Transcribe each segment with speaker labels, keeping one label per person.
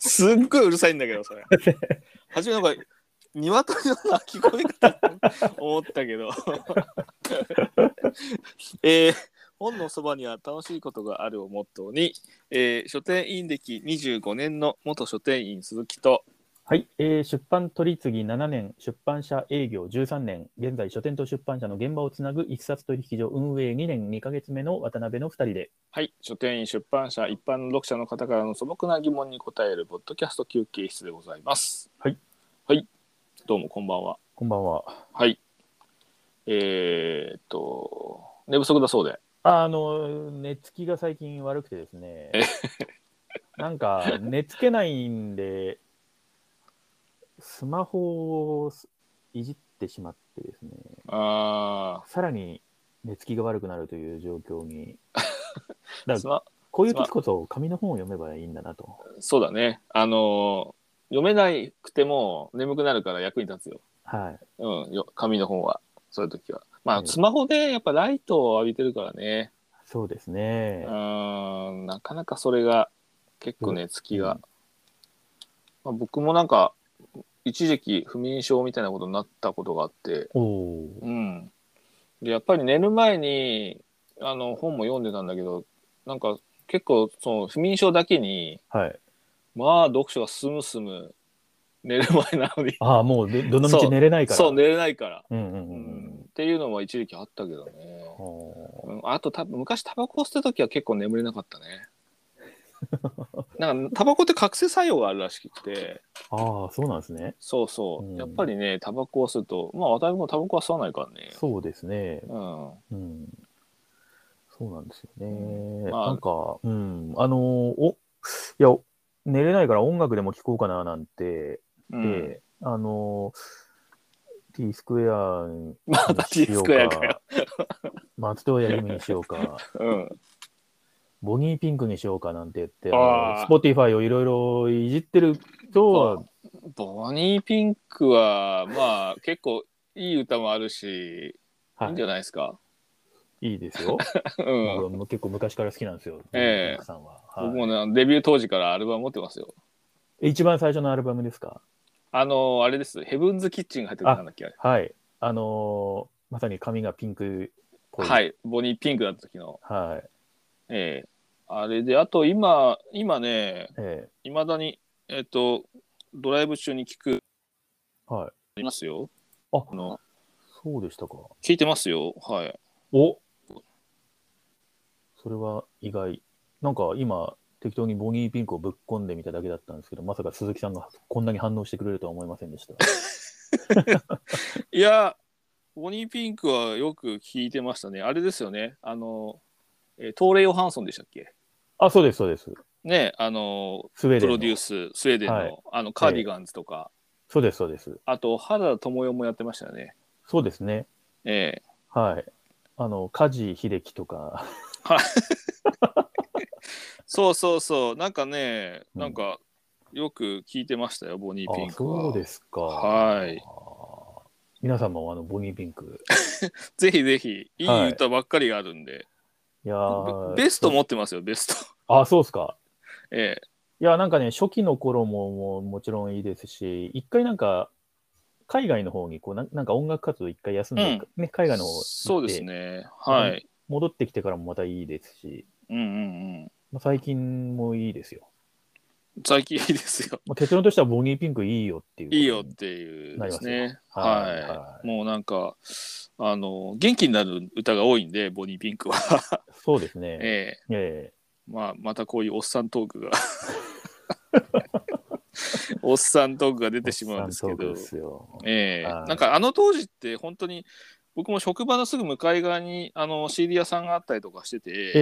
Speaker 1: すっごいうるさいんだけど、 それ。初めなんか、鶏のような聞こえ方と思ったけど。 えー本のそばには楽しいことがあるをモットーに、えー書店員歴25年の元書店員鈴木と、
Speaker 2: はい、えー出版取り次ぎ7年、出版社営業13年、現在書店と出版社の現場をつなぐ一冊取引所運営2年2ヶ月目の渡辺の2人で、
Speaker 1: はい、書店員、出版社、一般の読者の方からの素朴な疑問に答えるポッドキャスト休憩室でございます。
Speaker 2: はい。
Speaker 1: はい。どうもこんばんは。
Speaker 2: こんばんは。
Speaker 1: はい。えー、っと、寝不足だそうで。
Speaker 2: ああの、寝つきが最近悪くてですね、なんか寝つけないんで、スマホをいじってしまってですね、
Speaker 1: あ
Speaker 2: さらに寝つきが悪くなるという状況に、だ
Speaker 1: あ、
Speaker 2: か
Speaker 1: ス
Speaker 2: ら
Speaker 1: マ
Speaker 2: こういう時こそ紙の本を読めばいいんだなと。
Speaker 1: そうだね。あのー、読めなくても眠くなるから役に立つよ。
Speaker 2: はい。
Speaker 1: うん、よ紙の本は、そういう時は。ま
Speaker 2: う
Speaker 1: あ、
Speaker 2: ん
Speaker 1: スマホでやっぱライトを浴びてるからね。
Speaker 2: そうです
Speaker 1: う
Speaker 2: ね。
Speaker 1: ーん、なかなかそれが、結構ね、月
Speaker 2: う
Speaker 1: が
Speaker 2: ん。
Speaker 1: まあ、僕もなんか、一時期不眠症みたいなことになったことがあって、
Speaker 2: おおー。
Speaker 1: うん。で、やっぱり寝る前に、あの、本も読んでたんだけど、なんか、結構、その、不眠症だけに、
Speaker 2: はい。
Speaker 1: まあ、読書がスムスム、寝る前なのに。
Speaker 2: ああ、もうどどのみ
Speaker 1: そ
Speaker 2: ち
Speaker 1: う
Speaker 2: 寝れないから。
Speaker 1: そう、寝れないから。
Speaker 2: うんうん
Speaker 1: う
Speaker 2: うんん。
Speaker 1: っていうのも一時期あったけどね。
Speaker 2: ほ
Speaker 1: うんあと多分昔タバコを捨てた時は結構眠れなかった ね。なんかタバコって覚醒作用があるらしくて
Speaker 2: ーああ、そうなんですね。
Speaker 1: そうそう、
Speaker 2: うん
Speaker 1: やっぱりねタバコを吸うとまあ渡辺もタバコは吸わないからね
Speaker 2: そうですね。
Speaker 1: うん
Speaker 2: うん。そうなんですよ
Speaker 1: ん
Speaker 2: ね。
Speaker 1: まあ
Speaker 2: なんか、うん。あのーお、いや、寝れないから音楽でも聴こうかななんて、
Speaker 1: うん
Speaker 2: で、あのー、T スクエアに
Speaker 1: また T
Speaker 2: し
Speaker 1: ス
Speaker 2: よう
Speaker 1: クエアかよ
Speaker 2: か、 松任谷由実にしようか。
Speaker 1: うん
Speaker 2: ボニーピンクにしようかなんて言って、
Speaker 1: あー
Speaker 2: スポティファイをいろいろいじってるとは、
Speaker 1: ボニーピンクはまあ結構いい歌もあるし、い、いんじゃないですか、
Speaker 2: い、いいですよ。
Speaker 1: うん
Speaker 2: 僕は結構昔から好きなんですよ、
Speaker 1: ええ
Speaker 2: ボニーピンクさんは、はい
Speaker 1: 僕もねデビュー当時からアルバム持ってますよ
Speaker 2: 一番最初のアルバムですか
Speaker 1: あのあれですヘブンズ・キッチンが入ってくるんだっけあれ
Speaker 2: はい。あのーまさに髪がピンクっぽい。。
Speaker 1: はいいボニーピンクだった時の
Speaker 2: はい。
Speaker 1: ええあれで、あと今、今ね、
Speaker 2: え
Speaker 1: いまだに、えっ、と、ドライブ中に聞く、
Speaker 2: えはい。
Speaker 1: いますよ。
Speaker 2: あ、
Speaker 1: あの、
Speaker 2: そうでしたか。
Speaker 1: 聞いてますよ。はい。
Speaker 2: おそれは意外。なんか今、適当にボニーピンクをぶっ込んでみただけだったんですけど、まさか鈴木さんがこんなに反応してくれるとは思いません でした。
Speaker 1: いや、ボニーピンクはよく聞いてましたね。あれですよね。あの、えートーレイ・ヨハンソンでしたっけ
Speaker 2: あ、そうです、そうです。
Speaker 1: ね、あの、
Speaker 2: スウェーデン
Speaker 1: プ
Speaker 2: の
Speaker 1: ロデュース、スウェーデンの、
Speaker 2: はい
Speaker 1: あの、カーディガンズとか、
Speaker 2: そうです、そうです。
Speaker 1: あと、原田智代もやってましたよね。
Speaker 2: そうですね。
Speaker 1: ええ
Speaker 2: はい。あの、梶秀樹とか、
Speaker 1: そうそうそう。なんかね、なんか、よく聞いてましたよ、ボニーピン
Speaker 2: あ
Speaker 1: クは。
Speaker 2: そうですか。
Speaker 1: はい
Speaker 2: あー。皆さんもあの、ボニーピンク。
Speaker 1: ぜひぜひ、い
Speaker 2: は
Speaker 1: い
Speaker 2: い
Speaker 1: 歌ばっかりがあるんで、
Speaker 2: いやー
Speaker 1: ベベスト持ってますよ、ベスト。
Speaker 2: あ、そうですか。
Speaker 1: え
Speaker 2: いや、なんかね、初期の頃ももうもちろんいいですし、一回なんか、海外の方にこうなん、なんか音楽活動一回休んで、ね、海
Speaker 1: え
Speaker 2: 外の方行って
Speaker 1: そうですね。はい。
Speaker 2: 戻ってきてからもまたいいですし、
Speaker 1: うんうんうん。
Speaker 2: まあ、最近もいいですよ。
Speaker 1: 最近いいです よ。
Speaker 2: まあ、結論としてはボニーピンクいいよっていう。
Speaker 1: いいよっていう
Speaker 2: な
Speaker 1: で
Speaker 2: りますすよ
Speaker 1: ね。は、
Speaker 2: はいいはい
Speaker 1: もうなんか、あの、元気になる歌が多いんで、ボニーピンクは。
Speaker 2: そうですね。
Speaker 1: ええ
Speaker 2: え
Speaker 1: まあ、またこういうおっさんトー クが。おっさんトークが出
Speaker 2: え
Speaker 1: てしまうんですけ
Speaker 2: おっさんトー
Speaker 1: ど
Speaker 2: クで。すよ
Speaker 1: ええ
Speaker 2: はい
Speaker 1: なんかあの当時って本当に僕も職場のすぐ向かい側にあの CD 屋さんがあったりとかしてて、
Speaker 2: え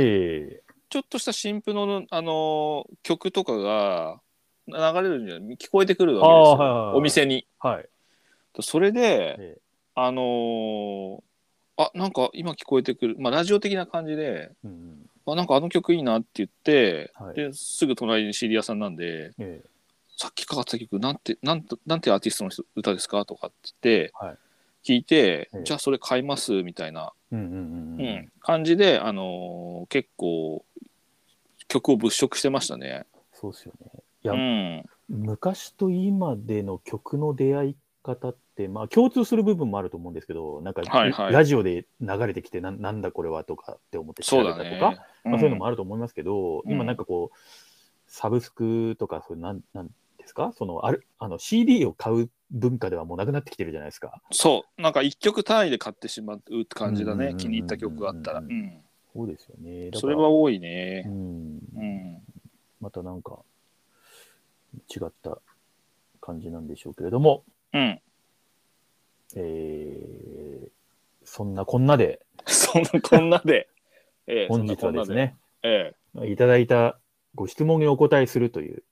Speaker 2: え
Speaker 1: ちょっとした新婦の、あの曲とかが流れるんじゃない聞こえてくるわけですよ、
Speaker 2: あーはいはいはい
Speaker 1: お店に。
Speaker 2: はい。
Speaker 1: それで、
Speaker 2: ええ
Speaker 1: あのーあなんか今聞こえてくる、まあ、ラジオ的な感じで
Speaker 2: うん
Speaker 1: あなんかあの曲いいなって言って、
Speaker 2: はい
Speaker 1: ですぐ隣に CD 屋さんなんで
Speaker 2: うん。ええ
Speaker 1: さっきかかった曲なんてなんてなんてアーティストの人歌ですかとかって言
Speaker 2: はい
Speaker 1: って、聞いて、
Speaker 2: ええ
Speaker 1: じゃあそれ買いますみたいな、
Speaker 2: うんうんうん。
Speaker 1: うん感じで、あのー結構曲を物色してましたね。
Speaker 2: そうですよね。いや、
Speaker 1: うん、
Speaker 2: 昔と今での曲の出会い方って、まあ、共通する部分もあると思うんですけど、なんか、
Speaker 1: はいはい
Speaker 2: ラジオで流れてきてな、なんだこれはとかって思って
Speaker 1: そ
Speaker 2: 調
Speaker 1: う
Speaker 2: べた
Speaker 1: だ
Speaker 2: とか、
Speaker 1: ね。
Speaker 2: まあ、そういう
Speaker 1: も
Speaker 2: のもあると思いますけど、
Speaker 1: うん
Speaker 2: 今なんかこう、サブスクとか、そういうなんなんですか、そのあるあの CD を買う文化ではもうなくなってきてるじゃないですか。
Speaker 1: そうなんか一曲単位で買ってしまうって感じだ
Speaker 2: うんうんうん
Speaker 1: ね
Speaker 2: うん
Speaker 1: 気に入った曲があったら、
Speaker 2: うん
Speaker 1: うん、
Speaker 2: そうですよね。だ
Speaker 1: そ
Speaker 2: か
Speaker 1: れ
Speaker 2: ら
Speaker 1: は多いうね、
Speaker 2: ん、
Speaker 1: うん、
Speaker 2: またなんか、違った感じなんでしょうけれども、
Speaker 1: うん、
Speaker 2: えー、そんなこんなで、
Speaker 1: そんなこんなで、 ええ
Speaker 2: 本日はです、
Speaker 1: そんなこんな
Speaker 2: ね、
Speaker 1: でええ
Speaker 2: いただいたご質問にお答えするという、、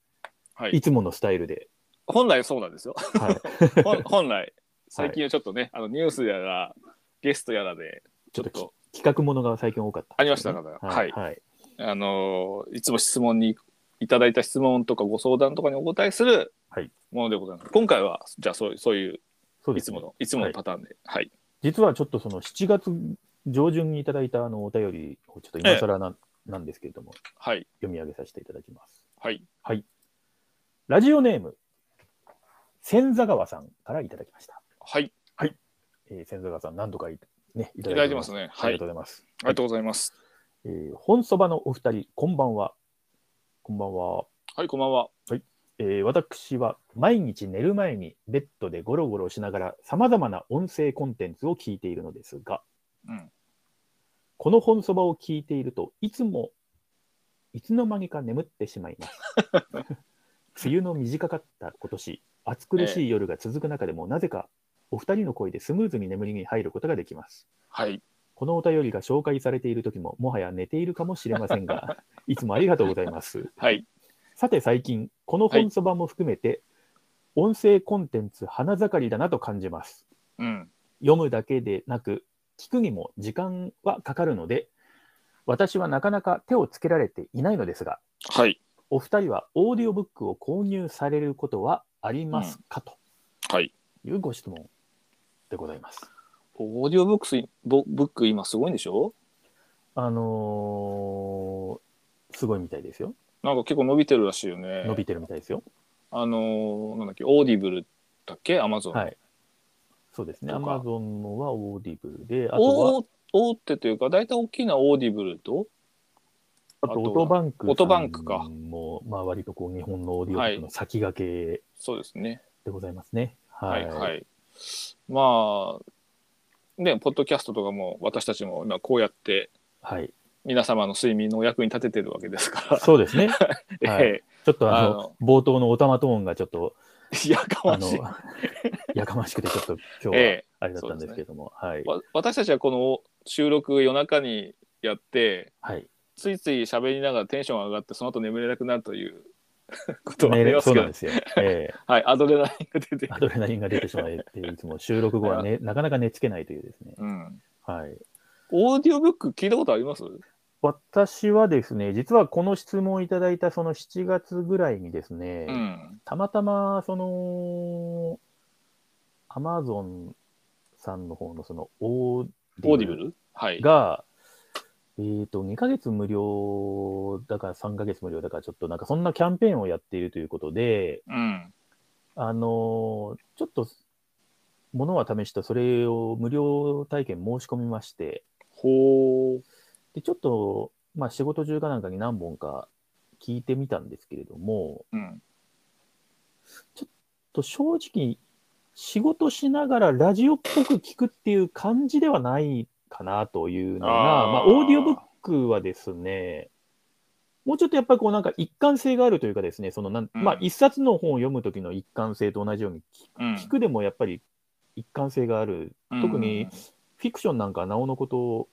Speaker 1: はいい、
Speaker 2: つものスタイ ルで、
Speaker 1: 本来そうなんですよ
Speaker 2: はい、
Speaker 1: 本本来最近はちょっとね、あのニュースやらゲストやらでち
Speaker 2: ちょ
Speaker 1: ょ
Speaker 2: っ
Speaker 1: っ
Speaker 2: と
Speaker 1: と
Speaker 2: き企画ものが最近多かった、
Speaker 1: ありましたから
Speaker 2: はい。
Speaker 1: は
Speaker 2: はい、
Speaker 1: あのーいつも質問にいただいた質問とかご相談とかにお答えする
Speaker 2: はい
Speaker 1: ものでございます。今回はじゃあそうそういう
Speaker 2: そうで
Speaker 1: い
Speaker 2: す
Speaker 1: つ
Speaker 2: ね
Speaker 1: もの、いつものパターンで、はい、
Speaker 2: 実はちょっとその7月上旬にいただいたあのお便りをちょっと今更な,、なんですけれども
Speaker 1: はい、
Speaker 2: 読み上げさせていただきます。
Speaker 1: はい、
Speaker 2: ラジオネーム千座川さんからいただきました。
Speaker 1: はい、い
Speaker 2: えー、千座川さん何度かい,、ね、い
Speaker 1: ただいて
Speaker 2: おり
Speaker 1: ますね。
Speaker 2: あ
Speaker 1: は
Speaker 2: り
Speaker 1: い、あり
Speaker 2: がとうございます。
Speaker 1: がとうございます。
Speaker 2: えー本そばのお二人こんばんは。こんばんは。
Speaker 1: はい、こんばんは。
Speaker 2: えー私は毎日寝る前にベッドでゴロゴロしながらさまざまな音声コンテンツを聞いているのですが、
Speaker 1: うん、
Speaker 2: この本そばを聞いているといつもいつの間にか眠ってしまいます梅雨の短かった今年暑苦しい夜が続く中でも、なぜかお二人の声でスムーズに眠りに入ることができます
Speaker 1: はい、
Speaker 2: このお便りが紹介されている時ももはや寝ているかもしれませんがいつもありがとうございます
Speaker 1: はい、
Speaker 2: さて最近この本そばも含めて、音声コンテンツ花盛りだなと感じます
Speaker 1: うん、
Speaker 2: 読むだけでなく聞くにも時間はかかるので私はなかなか手をつけられていないのですが
Speaker 1: はい、
Speaker 2: お二人はオーディオブックを購入されることはありますか、
Speaker 1: はい。
Speaker 2: というご質問でございます。
Speaker 1: オーディオブックス、ボブック今すごいんでしょ
Speaker 2: あのーすごいみたいですよ。
Speaker 1: なんか結構伸びてるらしいよね。
Speaker 2: 伸びてるみたいですよ。
Speaker 1: あのーなんだっけ、オーディブルだっけ、アマゾン。
Speaker 2: はい。そうですね。ア
Speaker 1: とか
Speaker 2: マゾンのはオーディブルで、あとは、
Speaker 1: おお大手というか、大体大きなオーディブルと、
Speaker 2: あとオトバンクさん
Speaker 1: オトバンクか
Speaker 2: もう、まあ割とこう日本のオーディオブックの先駆け
Speaker 1: そうですね。
Speaker 2: でございますね。
Speaker 1: はいはい。まあ、ね、ポッドキャストとかも私たちも今こうやって
Speaker 2: はい。
Speaker 1: 皆様の睡眠のお役に立ててるわけですから。
Speaker 2: そうで すね。はい
Speaker 1: え
Speaker 2: ちょっとあの、
Speaker 1: あの
Speaker 2: 冒頭のおたまトーンがちょっと、
Speaker 1: えやか
Speaker 2: あ
Speaker 1: ましい。
Speaker 2: の、 やかましくてちょっと今日は
Speaker 1: え
Speaker 2: あれだったんですけども、はい
Speaker 1: え。わ私たちはこの収録夜中にやって、
Speaker 2: はい。
Speaker 1: ついつい喋りながらテンションが上がって、その後眠れなくなるということはあ
Speaker 2: ね
Speaker 1: ります
Speaker 2: そう
Speaker 1: け
Speaker 2: な
Speaker 1: ど、
Speaker 2: んですよ。ええ
Speaker 1: はい、アドレナリンが出て
Speaker 2: アドレナリンが出てしまって、いつも収録後 はね、なかなか寝つけないというですね。
Speaker 1: うん。
Speaker 2: はい。
Speaker 1: オーディオブック聞いたことあります
Speaker 2: 私はですね、実はこの質問をいただいたその7月ぐらいにですね、
Speaker 1: うん。
Speaker 2: たまたま、その、アマゾンさんの方のそのオー
Speaker 1: オーディブルはい。
Speaker 2: が、えー、と2ヶ月無料だから3ヶ月無料だからちょっとなんかそんなキャンペーンをやっているということで、
Speaker 1: うん。
Speaker 2: あのーちょっとものは試してそれを無料体験申し込みまして
Speaker 1: ほう。
Speaker 2: でちょっと、まあ、仕事中かなんかに何本か聞いてみたんですけれども
Speaker 1: うん。
Speaker 2: と正直仕事しながらラジオっぽく聞くっていう感じではないかなというのが
Speaker 1: あー
Speaker 2: まあ、オーディオブッ僕はですね、もうちょっとやっぱりこうなんか一貫性があるというかですね、そのなん、
Speaker 1: うん
Speaker 2: まあ一冊の本を読む時の一貫性と同じように聞
Speaker 1: うん
Speaker 2: 聞くでもやっぱり一貫性がある。特に
Speaker 1: うん
Speaker 2: フィクションなんかはなおのことを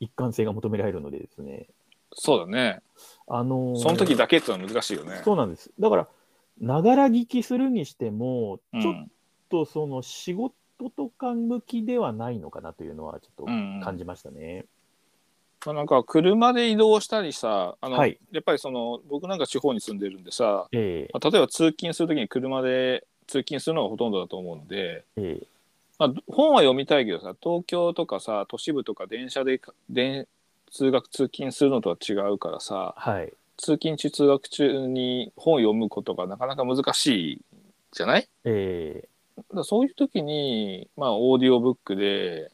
Speaker 2: 一貫性が求められるのでですね、
Speaker 1: そうだね。
Speaker 2: あのー
Speaker 1: その時だけっていうのは難しいよね。
Speaker 2: そうなんです。だから、ながら聞きするにしても、
Speaker 1: うん
Speaker 2: ちょっとその仕事とか向きではないのかなというのはちょっ
Speaker 1: う
Speaker 2: と
Speaker 1: ん
Speaker 2: 感じましたね。
Speaker 1: まあ、なんか車で移動したりさあの、
Speaker 2: はい
Speaker 1: やっぱりその僕なんか地方に住んでるんでさ
Speaker 2: ええ
Speaker 1: まあ例えば通勤するときに車で通勤するのがほとんどだと思うので、
Speaker 2: ええ
Speaker 1: まあ、本は読みたいけどさ東京とかさ都市部とか電車でか電通学通勤するのとは違うからさ
Speaker 2: はい。
Speaker 1: 通勤中通学中に本を読むことがなかなか難しいじゃない
Speaker 2: ええ
Speaker 1: だからそういう時に、まあ、オーディオブックで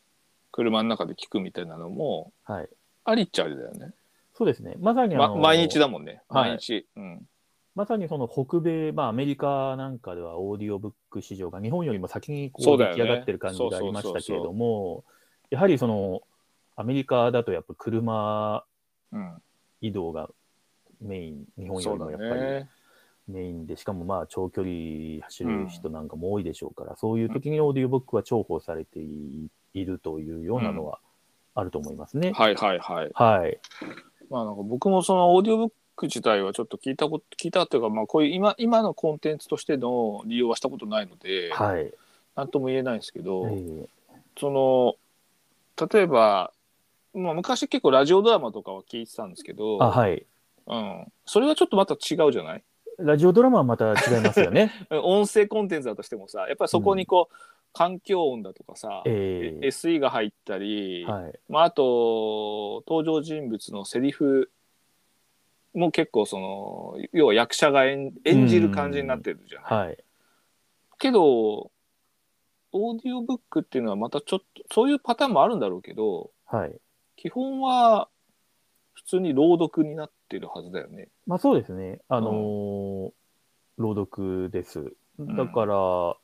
Speaker 1: 車の中で聞くみたいなのも
Speaker 2: はい。
Speaker 1: ありっちゃありだよね。
Speaker 2: そうですね。まさにあ
Speaker 1: ま
Speaker 2: の、
Speaker 1: 毎日だもんね。
Speaker 2: はい
Speaker 1: 毎日。うん。
Speaker 2: まさにその北米、まあ、アメリカなんかではオーディオブック市場が日本よりも先にこ
Speaker 1: そううだ
Speaker 2: 出
Speaker 1: よ
Speaker 2: 来
Speaker 1: ね
Speaker 2: 上がってる感じがありまし
Speaker 1: そうそうそ
Speaker 2: た
Speaker 1: う
Speaker 2: け
Speaker 1: そう
Speaker 2: れども、やはりそのアメリカだとやっぱ車
Speaker 1: うん、
Speaker 2: 移動がメイン、日本よ
Speaker 1: そ
Speaker 2: り
Speaker 1: う
Speaker 2: も
Speaker 1: だ
Speaker 2: やっぱり
Speaker 1: ね。
Speaker 2: メインで、しかもまあ長距離走る人なんかも多いでしょうから、そういう時にオーディオブックは重宝されていいるというようなのはあると思いますね。
Speaker 1: はいはいはい。
Speaker 2: はい。
Speaker 1: まあなんか僕もそのオーディオブック自体はちょっと聞いたこと聞いたっていうか、まあ、こういう今今のコンテンツとしての利用はしたことないので、
Speaker 2: はい。
Speaker 1: なんとも言えないんですけど、
Speaker 2: え
Speaker 1: その例えば、まあ、昔結構ラジオドラマとかは聞いてたんですけど、
Speaker 2: ーあ、はい。
Speaker 1: うん、それはちょっとまた違うじゃない
Speaker 2: ラジオドラマはまた違いますよ ね。
Speaker 1: 音声コンテンツだとしてもさやっぱりそこにこう、環境音だとかさ、
Speaker 2: ええ
Speaker 1: SE が入ったり、
Speaker 2: はい。
Speaker 1: まあ、あと登場人物のセリフも結構その要は役者が演演じる感じになってるじゃない。
Speaker 2: はい。
Speaker 1: けどオーディオブックっていうのはまたちょっとそういうパターンもあるんだろうけど
Speaker 2: はい。
Speaker 1: 基本は普通に朗読になってるはずだよね。
Speaker 2: まあそうですね。あのー朗読です。だから、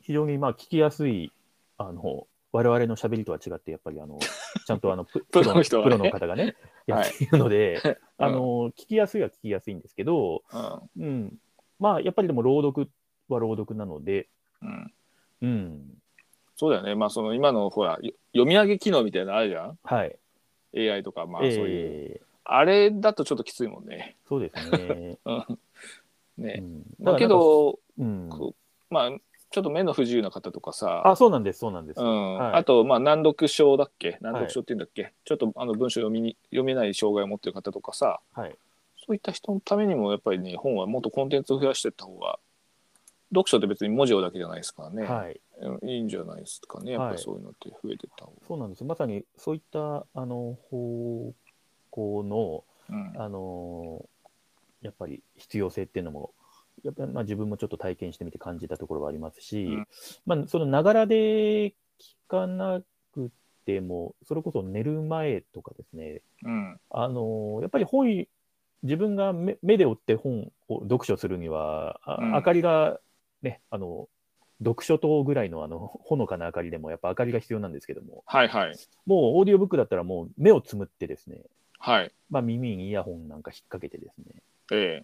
Speaker 2: 非常にまあ聞きやすい、あの、我々の喋りとは違って、やっぱり あの、ちゃんとあの、プ
Speaker 1: プロの人はね
Speaker 2: プロの方がね、や
Speaker 1: は
Speaker 2: っ
Speaker 1: い
Speaker 2: ているので、
Speaker 1: うん
Speaker 2: あのー聞きやすいは聞きやすいんですけど、
Speaker 1: うん
Speaker 2: うん。まあやっぱりでも朗読は朗読なので、
Speaker 1: うん、
Speaker 2: うん。
Speaker 1: そうだよね、まあ、その今のほらよ読み上げ機能みたいなのあるじゃん
Speaker 2: はい。
Speaker 1: AI とかまあそう
Speaker 2: え
Speaker 1: いう、
Speaker 2: え
Speaker 1: あれだとちょっときついもんね。
Speaker 2: そうですね。
Speaker 1: うん
Speaker 2: う
Speaker 1: ね
Speaker 2: ん、
Speaker 1: だけ、ど
Speaker 2: うん。
Speaker 1: こうまあちょっと目の不自由な方とかさ
Speaker 2: あ、そうなんです、そうなんです。
Speaker 1: うん
Speaker 2: はい
Speaker 1: あとまあ難読症だっけ難読症っていうんだっけ、ちょっとあの文章読みに読めない障害を持ってる方とかさ
Speaker 2: はい。
Speaker 1: そういった人のためにもやっぱりね本はもっとコンテンツを増やしていった方が読書って別に文字をだけじゃないですからね、
Speaker 2: はい。
Speaker 1: うんい、いんじゃないですかねやっぱりそういうのって増えてった方
Speaker 2: そうなんですよまさにそういったあの方向
Speaker 1: が、うん
Speaker 2: の、あのやっぱり必要性っていうのも、やっぱりまあ自分もちょっと体験してみて感じたところはありますし、
Speaker 1: うん
Speaker 2: まあ、そのながらで聞かなくても、それこそ寝る前とかですね、
Speaker 1: うん
Speaker 2: あのやっぱり本、自分が目目で追って本を読書するには、あ
Speaker 1: うん
Speaker 2: 明かりがね、あの読書灯ぐらいのあのほのかな明かりでも、やっぱ明かりが必要なんですけども、
Speaker 1: はいはい
Speaker 2: もうオーディオブックだったらもう目をつむってですね、
Speaker 1: はい
Speaker 2: まあ耳にイヤホンなんか引っ掛けてですね、
Speaker 1: え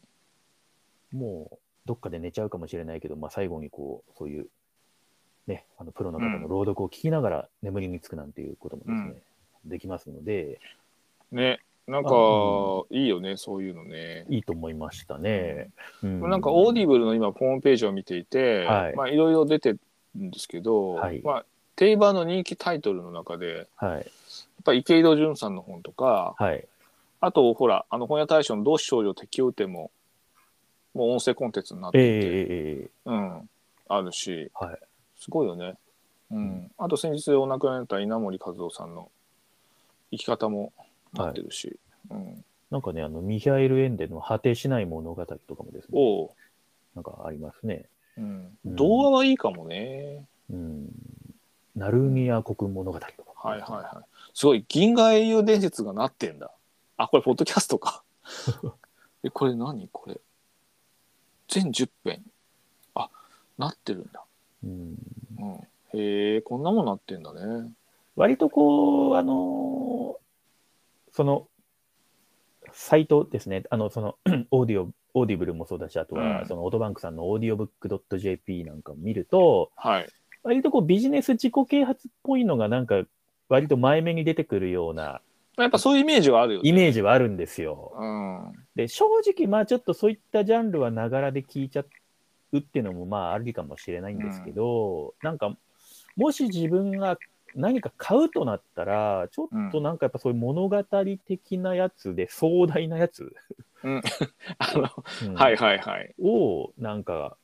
Speaker 1: え
Speaker 2: もうどっかで寝ちゃうかもしれないけど、まあ最後にこう、そういう、ね、あのプロの方の朗読を聞きながら眠りにつくなんていうこともですね、できますので、
Speaker 1: ねなんか
Speaker 2: あ
Speaker 1: いいよねそういうのね。
Speaker 2: いいと思いましたね。うん
Speaker 1: なんかオーディブルの今ホームページを見ていて、
Speaker 2: はい
Speaker 1: まあいろいろ出てるんですけど、
Speaker 2: はい
Speaker 1: まあ定番の人気タイトルの中でやっ
Speaker 2: はい、
Speaker 1: ぱ池井戸潤さんの本とか
Speaker 2: はい、
Speaker 1: あとほらあの本屋大賞の「同志少女適応点も」もう音声コンテンツになって
Speaker 2: ええ
Speaker 1: て、
Speaker 2: えええ
Speaker 1: うん、あるし、
Speaker 2: はい
Speaker 1: すごいよね、うんあと先日お亡くなりになった稲森和夫さんの生き方もなってるし、うん、
Speaker 2: なんかね、あの、ミヒャエル・エンデの果てしない物語とかもですね、
Speaker 1: おう、
Speaker 2: なんかありますね。
Speaker 1: うん、
Speaker 2: うん
Speaker 1: 童話はいいかもね。
Speaker 2: うん。ナルミア国物語とか。
Speaker 1: はいはいはい。すごい、銀河英雄伝説がなってんだ。あ、これ、ポッドキャスト か。え、これ何これ。全10編。あ、なってるんだ。
Speaker 2: うん
Speaker 1: うん。へえ、こんなもんなってんだね。
Speaker 2: 割とこう、あのーその、サイトですね、あの、その、 オーディオ、オーディブルもそうだし、あとは、
Speaker 1: うん
Speaker 2: その、オートバンクさんのオーディオブック .jp なんかを見ると、
Speaker 1: はい。
Speaker 2: 割とこう、ビジネス自己啓発っぽいのが、なんか、割と前目に出てくるような
Speaker 1: やっぱそういうイメージはあるよね。
Speaker 2: イメージはあるんですよ。
Speaker 1: うん。
Speaker 2: で、正直、まあ、ちょっとそういったジャンルはながらで聞いちゃうっていうのも、まあ、ありかもしれないんですけど、なんか、もし自分が何か買うとなったら、ちょっと
Speaker 1: うん
Speaker 2: と、なんかやっぱそういう物語的なやつで壮大なやつ、
Speaker 1: あの、
Speaker 2: うん
Speaker 1: はいはいはい。
Speaker 2: をなんか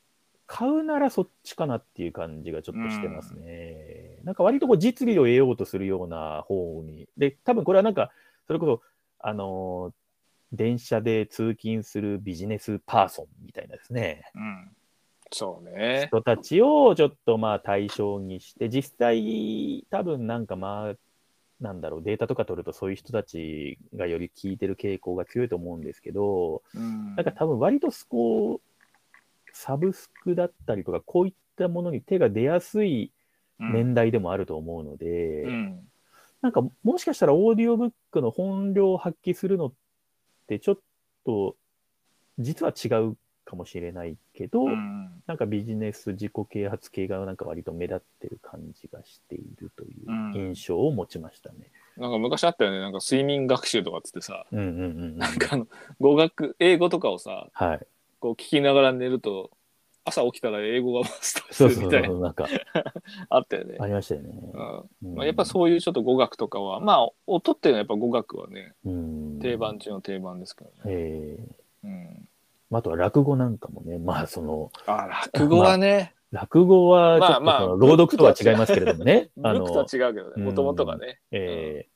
Speaker 2: 買うならそっちかなっていう感じがちょっとしてますね。なんか割とこう実利を得ようとするような方に。で、多分これはなんかそれこそあのー電車で通勤するビジネスパーソンみたいなですね。
Speaker 1: うん。そうね。
Speaker 2: 人たちをちょっとまあ対象にして、実際、多分なんかまあ、なんだろう、データとか取るとそういう人たちがより聞いてる傾向が強いと思うんですけど、
Speaker 1: うん
Speaker 2: なんか多分割とこう、サブスクだったりとか、こういったものに手が出やすい年代でもあると思うので、
Speaker 1: うん。
Speaker 2: なんかもしかしたらオーディオブックの本領を発揮するのってちょっと実は違うかもしれないけど、
Speaker 1: うん。
Speaker 2: なんかビジネス自己啓発系がなんか割と目立ってる感じがしているという
Speaker 1: うん
Speaker 2: 印象を持ちましたね。
Speaker 1: なんか昔あったよね。なんか睡眠学習とかっつってさ、
Speaker 2: うんうんうんうん。
Speaker 1: なんかあの、語学、英語とかをさ、
Speaker 2: はい。
Speaker 1: こう聞きながら寝ると、朝起きたら英語がマスターす
Speaker 2: そう
Speaker 1: る
Speaker 2: そ
Speaker 1: み
Speaker 2: う
Speaker 1: た
Speaker 2: そ
Speaker 1: いな、
Speaker 2: う。なんか
Speaker 1: あったよね
Speaker 2: あ。りましたよね。
Speaker 1: う
Speaker 2: うん
Speaker 1: んまあ、やっぱそういうちょっと語学とかは、まあ、音っていうのはやっぱ語学はね、
Speaker 2: うん。
Speaker 1: 定番中の定番ですけどね。
Speaker 2: ええ
Speaker 1: うん、
Speaker 2: まああとは落語なんかもね、まあその、
Speaker 1: あ、落語はね、
Speaker 2: 落語はちょっと
Speaker 1: まあまあ。
Speaker 2: その朗読とは違いますけれどもね
Speaker 1: ブックとは違うけど
Speaker 2: うん
Speaker 1: ね、音もとかね、
Speaker 2: ええ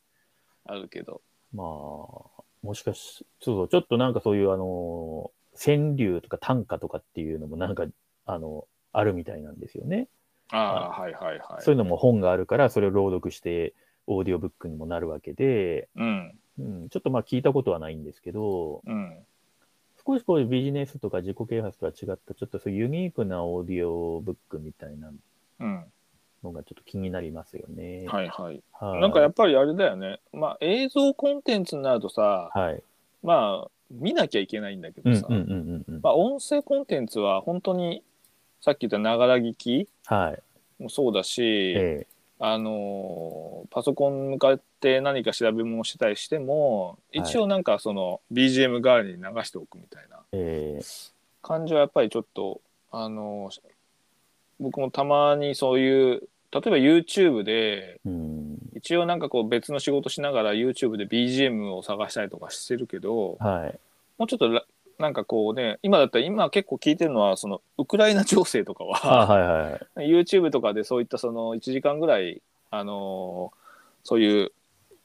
Speaker 1: あるけど。
Speaker 2: まあ、もしかし、そうそう、ちょっとなんかそういう、あのー、川柳とか短歌とかっていうのもなんか、あの、あるみたいなんですよね。
Speaker 1: ああ、はいはいは
Speaker 2: そう
Speaker 1: い。
Speaker 2: いうのも本があるから、それを朗読して、オーディオブックにもなるわけで、
Speaker 1: うん、
Speaker 2: うん、ちょっとまあ聞いたことはないんですけど、
Speaker 1: うん、
Speaker 2: 少しこういうビジネスとか自己啓発とは違った、ちょっとそういうユニークなオーディオブックみたいな
Speaker 1: うん、
Speaker 2: のがちょっと気になりますよね。
Speaker 1: はいはい。
Speaker 2: はい。
Speaker 1: なんかやっぱりあれだよね、まあ映像コンテンツになるとさ、
Speaker 2: はい。
Speaker 1: まあ見なきゃいけないんだけ
Speaker 2: う
Speaker 1: ど
Speaker 2: んうん
Speaker 1: さ、
Speaker 2: うんうんうん。
Speaker 1: まあ音声コンテンツは本当に、さっき言ったながら聞き
Speaker 2: はい。
Speaker 1: もそうだし、
Speaker 2: ええ
Speaker 1: あのーパソコンに向かって何か調べ物したりしても
Speaker 2: はい
Speaker 1: 一応なんかその BGM 代わりに流しておくみたいな
Speaker 2: ええ
Speaker 1: 感じはやっぱりちょっと、あのー僕もたまにそういう例えば YouTube で
Speaker 2: うん。
Speaker 1: 一応なんかこう別の仕事しながら YouTube で BGM を探したりとかしてるけど
Speaker 2: はい。
Speaker 1: もうちょっとらなんかこうね今だったら今結構聞いてるのはそのウクライナ情勢とかは
Speaker 2: あはいはいはい。
Speaker 1: YouTube とかでそういったその1時間ぐらい、あのーそういう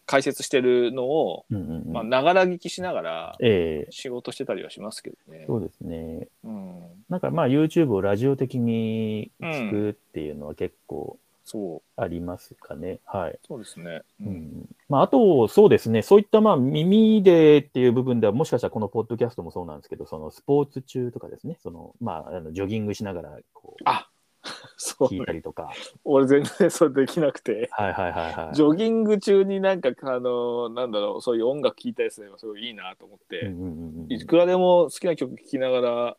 Speaker 1: 解説してるのを、
Speaker 2: うんうんうん
Speaker 1: まあ、ながら聞きしながら
Speaker 2: ええ
Speaker 1: 仕事してたりはしますけどね。
Speaker 2: そうですね。
Speaker 1: うん、
Speaker 2: なんかまあ YouTube をラジオ的に聞くっていうのは結構
Speaker 1: そう、
Speaker 2: ありますかね。はい。
Speaker 1: そうですね。う、
Speaker 2: うんん。まああと、そうですね。そういったまあ耳でっていう部分では、もしかしたらこのポッドキャストもそうなんですけど、そのスポーツ中とかですね。その、まあ、あのジョギングしながらこ
Speaker 1: あ、そう う
Speaker 2: 聞いたりとか。
Speaker 1: 俺全然それできなくて。
Speaker 2: はいはいはいはい
Speaker 1: ジ。ョギング中になんか、あのーなんだろう、そういう音楽聴いたりすればすごいいいなと思って、
Speaker 2: うんうんうんうん
Speaker 1: いくらでも好きな曲聴きなが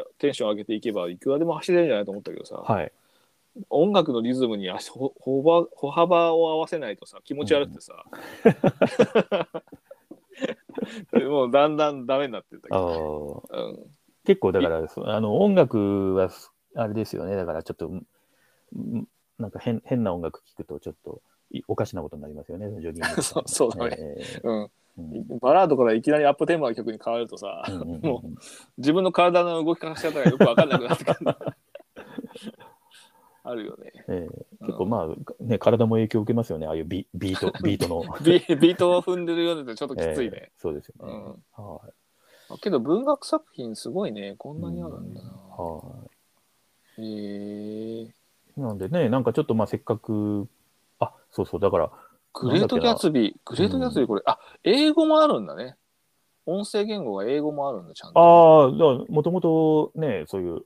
Speaker 1: ら、テンション上げていけばいくらでも走れるんじゃないと思ったけどさ、
Speaker 2: はい。
Speaker 1: 音楽のリズムに足ほほば歩幅を合わせないとさ気持ち悪くて さ、もうだんだんダメになってったけ
Speaker 2: あ
Speaker 1: ど、
Speaker 2: あ。
Speaker 1: うん、
Speaker 2: 結構だから、そあの音楽はす、あれですよね、だからちょっと、んんなんか変変な音楽聴くと、ちょっといおかしなことになりますよね、ジョギングと か
Speaker 1: そうそうだね
Speaker 2: え
Speaker 1: うん
Speaker 2: ーうん
Speaker 1: バラードからいきなりアップテンポの曲に変わるとさ、
Speaker 2: うんうん
Speaker 1: も自分の体の動き方がよく分かんなくなってくるあるよね
Speaker 2: えー結構まあ、ね、体も影響を受けますよね、ああいうビビート、 ビートの。
Speaker 1: ビビートを踏んでるようだとちょっときついね、
Speaker 2: えーそうですよね。はい
Speaker 1: けど文学作品すごいねこんなにあるんだな、
Speaker 2: は
Speaker 1: へえ
Speaker 2: い。なんでね、なんかちょっとまあ、せっかく、あそうそう、だから、
Speaker 1: グレートギャツビー、グレートギャツビーこれ、あ、英語もあるんだね。音声言語が英語もあるんだ、ちゃんと。
Speaker 2: ああ、だからもともとね、そういう、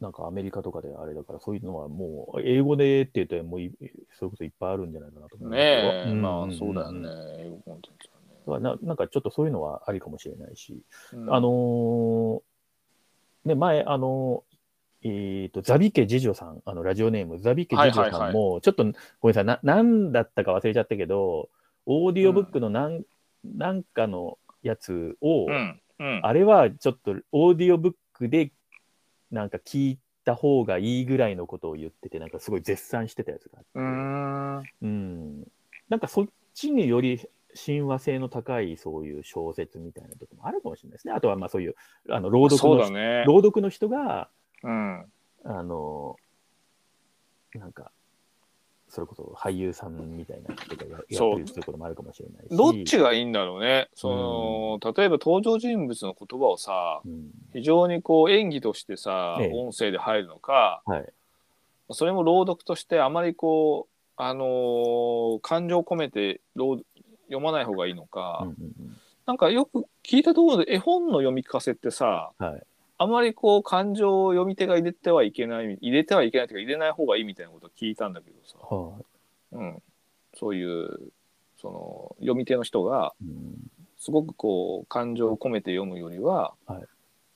Speaker 2: なんかアメリカとかであれだから、そういうのはもう、英語でって言ったら、もうい、そういうこといっぱいあるんじゃないかなと思いますけど
Speaker 1: ねえ、
Speaker 2: ん
Speaker 1: まあそうだよ
Speaker 2: ん
Speaker 1: ね
Speaker 2: だか、
Speaker 1: 英語コンテンツは
Speaker 2: らな。なんかちょっとそういうのはありかもしれないし、
Speaker 1: ね。うん
Speaker 2: あ、のーね、前、あのーえっとザビ家次女さん、あのラジオネーム、ザビ家次女
Speaker 1: はい
Speaker 2: さ
Speaker 1: はい
Speaker 2: んも、ちょっとごめんなさいな、なんだったか忘れちゃったけど、オーディオブックのなん,、なんかのやつを、
Speaker 1: うん、うん。
Speaker 2: あれはちょっとオーディオブックでなんか聞いた方がいいぐらいのことを言ってて、なんかすごい絶賛してたやつがあって、
Speaker 1: うーん。
Speaker 2: うんなんかそっちにより親和性の高いそういう小説みたいなとこもあるかもしれないですね。あとはまあそういうあの朗読
Speaker 1: そう
Speaker 2: の、
Speaker 1: だね。
Speaker 2: 朗読の人が、
Speaker 1: うん。
Speaker 2: あの、なんか、それこそ俳優さんみたいな人がややって
Speaker 1: そう
Speaker 2: るっていうこともあるかもしれないし。
Speaker 1: どっちがいいんだろうね。その、例えば登場人物の言葉をさ、
Speaker 2: うん、
Speaker 1: 非常にこう演技としてさ、
Speaker 2: ええ
Speaker 1: 音声で入るのか、
Speaker 2: はい。
Speaker 1: それも朗読としてあまりこう、あのー感情を込めて朗読まない方がいいのか、
Speaker 2: うんうん
Speaker 1: なんかよく聞いたところで絵本の読み聞かせってさ、
Speaker 2: うんはい。
Speaker 1: あまりこう感情を読み手が入れてはいけない、入れてはいけないというか入れない方がいいみたいなことを聞いたんだけどさ、
Speaker 2: は
Speaker 1: うん、そういう、その読み手の人が、
Speaker 2: い。うん
Speaker 1: すごくこう感情を込めて読むよりは、
Speaker 2: はい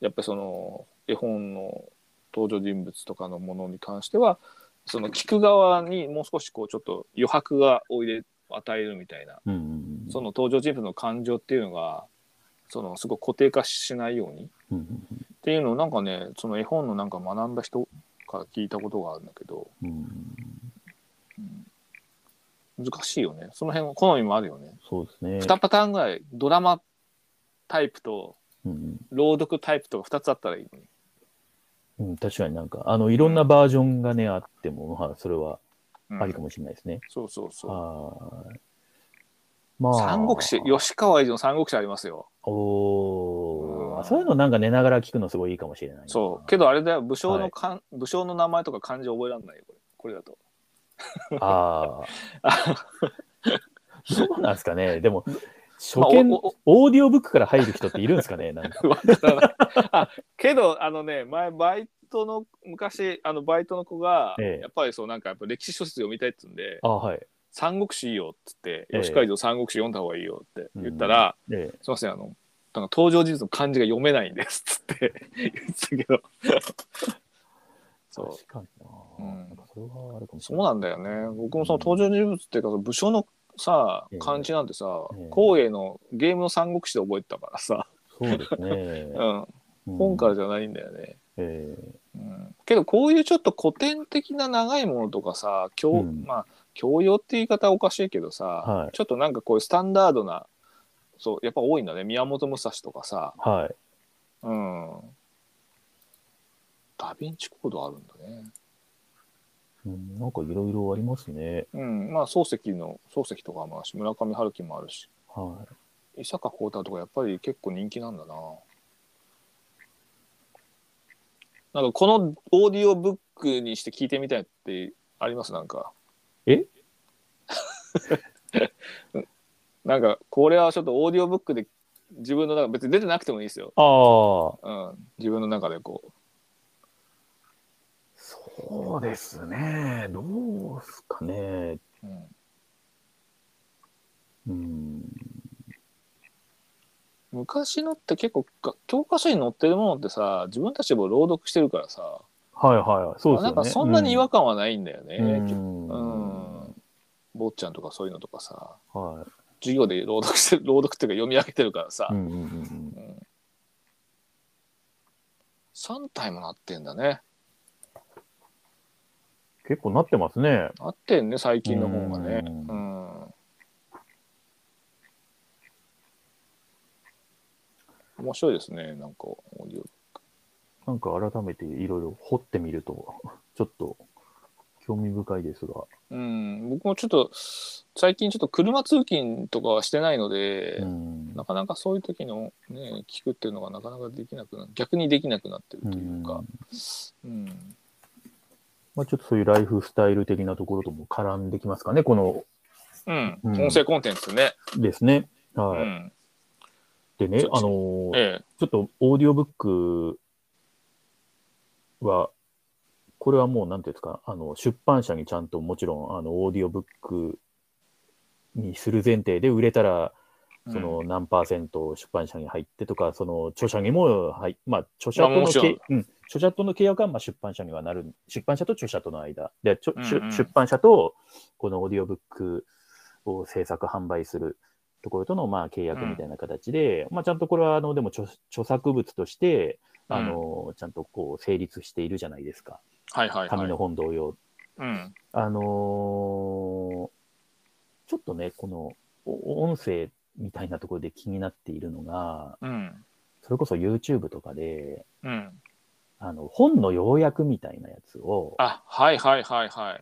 Speaker 1: やっぱりその絵本の登場人物とかのものに関してはその聞く側にもう少しこうちょっと余白がおいで与えるみたいな
Speaker 2: うんうんうん
Speaker 1: その登場人物の感情っていうのがそのすごく固定化しないようにっ
Speaker 2: うんうん
Speaker 1: ていうのをなんかねその絵本のなんか学んだ人から聞いたことがあるんだけど
Speaker 2: うんうん
Speaker 1: 難しいよねその辺は好みもあるよね。
Speaker 2: そうですね。
Speaker 1: 2パターンぐらいドラマタイプと
Speaker 2: うん
Speaker 1: 朗読タイプとか2つあったらいいのに。
Speaker 2: うんうん、確かになんか、あの、いろんなバージョンがね、あっても、まあ、それは
Speaker 1: うん
Speaker 2: ありかもしれないですね。
Speaker 1: そうそうそう。
Speaker 2: はーい。まあ。
Speaker 1: 三国志、吉川英治の三国志ありますよ。
Speaker 2: お
Speaker 1: う
Speaker 2: ー
Speaker 1: ん
Speaker 2: そういうのなんか寝ながら聞くのすごいいいかもしれないな。
Speaker 1: そう。けどあれだよ、武将
Speaker 2: は
Speaker 1: の
Speaker 2: い
Speaker 1: かん、武将の名前とか漢字覚えられないよ、これ。これだと。
Speaker 2: ああ。 そうなんですかね。でも、初
Speaker 1: まあ
Speaker 2: 見、
Speaker 1: お
Speaker 2: オーディオブックから入る人っているんですかね。なんか。
Speaker 1: わからないあけど、あのね、前、バイトの、昔、あの、バイトの子が、
Speaker 2: ええ
Speaker 1: やっぱりそう、なんか、やっぱ歴史小説読みたいっつうんで、
Speaker 2: ああはい。
Speaker 1: 三国志いいよっつって、
Speaker 2: ええ
Speaker 1: 吉川英治の三国志読んだ方がいいよって言ったら、
Speaker 2: ええ
Speaker 1: すいません、あの、なんか登場人物の漢字が読めないんですっつって 言ってたけど。そう。
Speaker 2: 確かにな。
Speaker 1: うん
Speaker 2: なんかそれはあるかもし
Speaker 1: そ
Speaker 2: れ
Speaker 1: う
Speaker 2: ない。
Speaker 1: なんだよね。僕もその登場人物っていうか、その武将のさ
Speaker 2: ええ、
Speaker 1: 漢字なんてさ
Speaker 2: ええ、
Speaker 1: 光栄のゲームの三国志で覚えてたからさ、
Speaker 2: そうですね
Speaker 1: う。ん、
Speaker 2: うん
Speaker 1: 本から。じゃないんだよね。
Speaker 2: え
Speaker 1: う
Speaker 2: え
Speaker 1: ん、けどこういうちょっと古典的な長いものとかさ、教
Speaker 2: うん
Speaker 1: まあ教養って言い方はおかしいけどさ、
Speaker 2: はい
Speaker 1: ちょっとなんかこういうスタンダードな、そうやっぱ多いんだね。宮本武蔵とかさ、
Speaker 2: はい。
Speaker 1: うん、ダヴィンチコードあるんだね。
Speaker 2: うんなんかいろいろありますね。
Speaker 1: うん、まあ漱石の漱石とかもあるし、村上春樹もあるし。
Speaker 2: は
Speaker 1: 伊坂幸太とかやっぱり結構人気なんだな。なんかこのオーディオブックにして聞いてみたいってありますなんか。
Speaker 2: え
Speaker 1: なんかこれはちょっとオーディオブックで自分の中別に出てなくてもいいですよ。
Speaker 2: い。ああ。
Speaker 1: うん、自分の中でこう。
Speaker 2: そうですね。どうすかね。
Speaker 1: うん、
Speaker 2: うん。
Speaker 1: 昔のって結構が教科書に載ってるものってさ自分たちでも朗読してるからさ、
Speaker 2: はいはい。そうですよね。
Speaker 1: なんかそんなに違和感はないんだよね、
Speaker 2: うん。
Speaker 1: うん坊っちゃんとかそういうのとかさ
Speaker 2: は
Speaker 1: 授業で朗読してる朗読っていうか読み上げてるからさ
Speaker 2: い。う、んうんうんうん。
Speaker 1: うん3体もなってんだね
Speaker 2: 結構なってますね。
Speaker 1: なってんね最近の方がねう、
Speaker 2: うん
Speaker 1: 面白いですねなんかオーディオ
Speaker 2: なんか改めていろいろ掘ってみると、ちょっと興味深いですが。
Speaker 1: うん僕もちょっと最近ちょっと車通勤とかはしてないので、
Speaker 2: うん
Speaker 1: なかなかそういう時のね聞くっていうのがなかなかできなくな逆にできなくなってるというか、うん、
Speaker 2: まあ、ちょっとそういうライフスタイル的なところとも絡んできますかね、この
Speaker 1: うん、
Speaker 2: うん
Speaker 1: 音声コンテンツね。
Speaker 2: ですね。
Speaker 1: う
Speaker 2: はい。
Speaker 1: ん、
Speaker 2: でね
Speaker 1: ち、ょ
Speaker 2: あのー
Speaker 1: え
Speaker 2: ちょっとオーディオブックは、これはもうなんていうんですか、あの出版社にちゃんともちろんあのオーディオブックにする前提で売れたら、
Speaker 1: え。
Speaker 2: そ
Speaker 1: うん、
Speaker 2: の何パーセント出版社に入ってとか、その著者にも、はい、まあ著者
Speaker 1: ま
Speaker 2: と
Speaker 1: あ
Speaker 2: の
Speaker 1: もちろん
Speaker 2: け、うん、著者との契約はまあ出版社にはなる、出版社と著者との間で、ちょ
Speaker 1: うんうん
Speaker 2: しゅ出版社とこのオーディオブックを制作販売するところとのまあ契約みたいな形で、まあちゃんとこれはあのでも著著作物として、
Speaker 1: うん
Speaker 2: あの、ちゃんとこう成立しているじゃないですか、
Speaker 1: はいはいは
Speaker 2: 紙
Speaker 1: い。
Speaker 2: の本同様
Speaker 1: うん、
Speaker 2: あのーちょっとね、このお音声みたいなところで気になっているのが、
Speaker 1: うん、
Speaker 2: それこそ YouTube とかで、
Speaker 1: うん。
Speaker 2: あの本の要約みたいなやつを、
Speaker 1: あ、はいはいはいはい。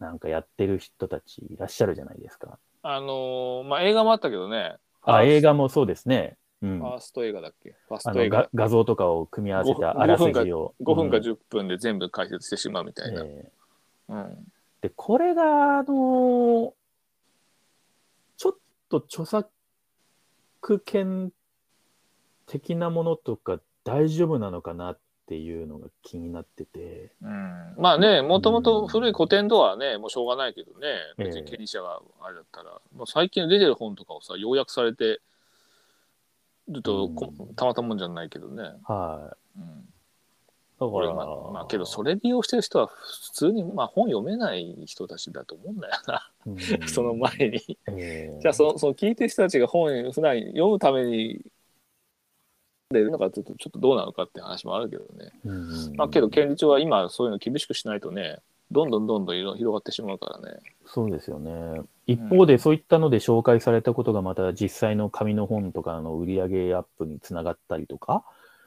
Speaker 2: なんかやってる人たちいらっしゃるじゃないですか。
Speaker 1: あのーまあ、映画もあったけどね。
Speaker 2: あ、映
Speaker 1: 画
Speaker 2: 画もそうですね。うん
Speaker 1: フ。ァースト映画だっけファー
Speaker 2: あ
Speaker 1: スト
Speaker 2: の
Speaker 1: 映
Speaker 2: が
Speaker 1: 画。
Speaker 2: 画像とかを組み合わせたあらすじを。
Speaker 1: 5分か
Speaker 2: うん
Speaker 1: 10分で全部解説してしまうみたいな。
Speaker 2: ええ
Speaker 1: うん。
Speaker 2: で、これが、あのーちょっと著作権的なものとか大丈夫なのかなっていうのが気になってて、
Speaker 1: うん、まあね、もともと古い古典とはね、もうしょうがないけどね、別に経理者があれだったら、もう最近出てる本とかをさ、要約されてると、こ
Speaker 2: うん
Speaker 1: たまったもんじゃないけどね。
Speaker 2: は
Speaker 1: うん
Speaker 2: い。だか
Speaker 1: これ
Speaker 2: ら、
Speaker 1: まあ、まあけどそれ利用してる人は普通に、まあ、本読めない人たちだと思うんだよな、
Speaker 2: うん、
Speaker 1: その前に。
Speaker 2: ええ
Speaker 1: じゃあそのその聞いてる人たちが本を普段読むためにでなんかちょっとちょっとどうなのかって話もあるけどね。
Speaker 2: うん
Speaker 1: まあ、けど権利庁は今そういうの厳しくしないとねどんどんどんどん色々広がってしまうからね。
Speaker 2: そうですよね。一方で、そういったので紹介されたことが、また実際の紙の本とかの売り上げアップにつながったりとか、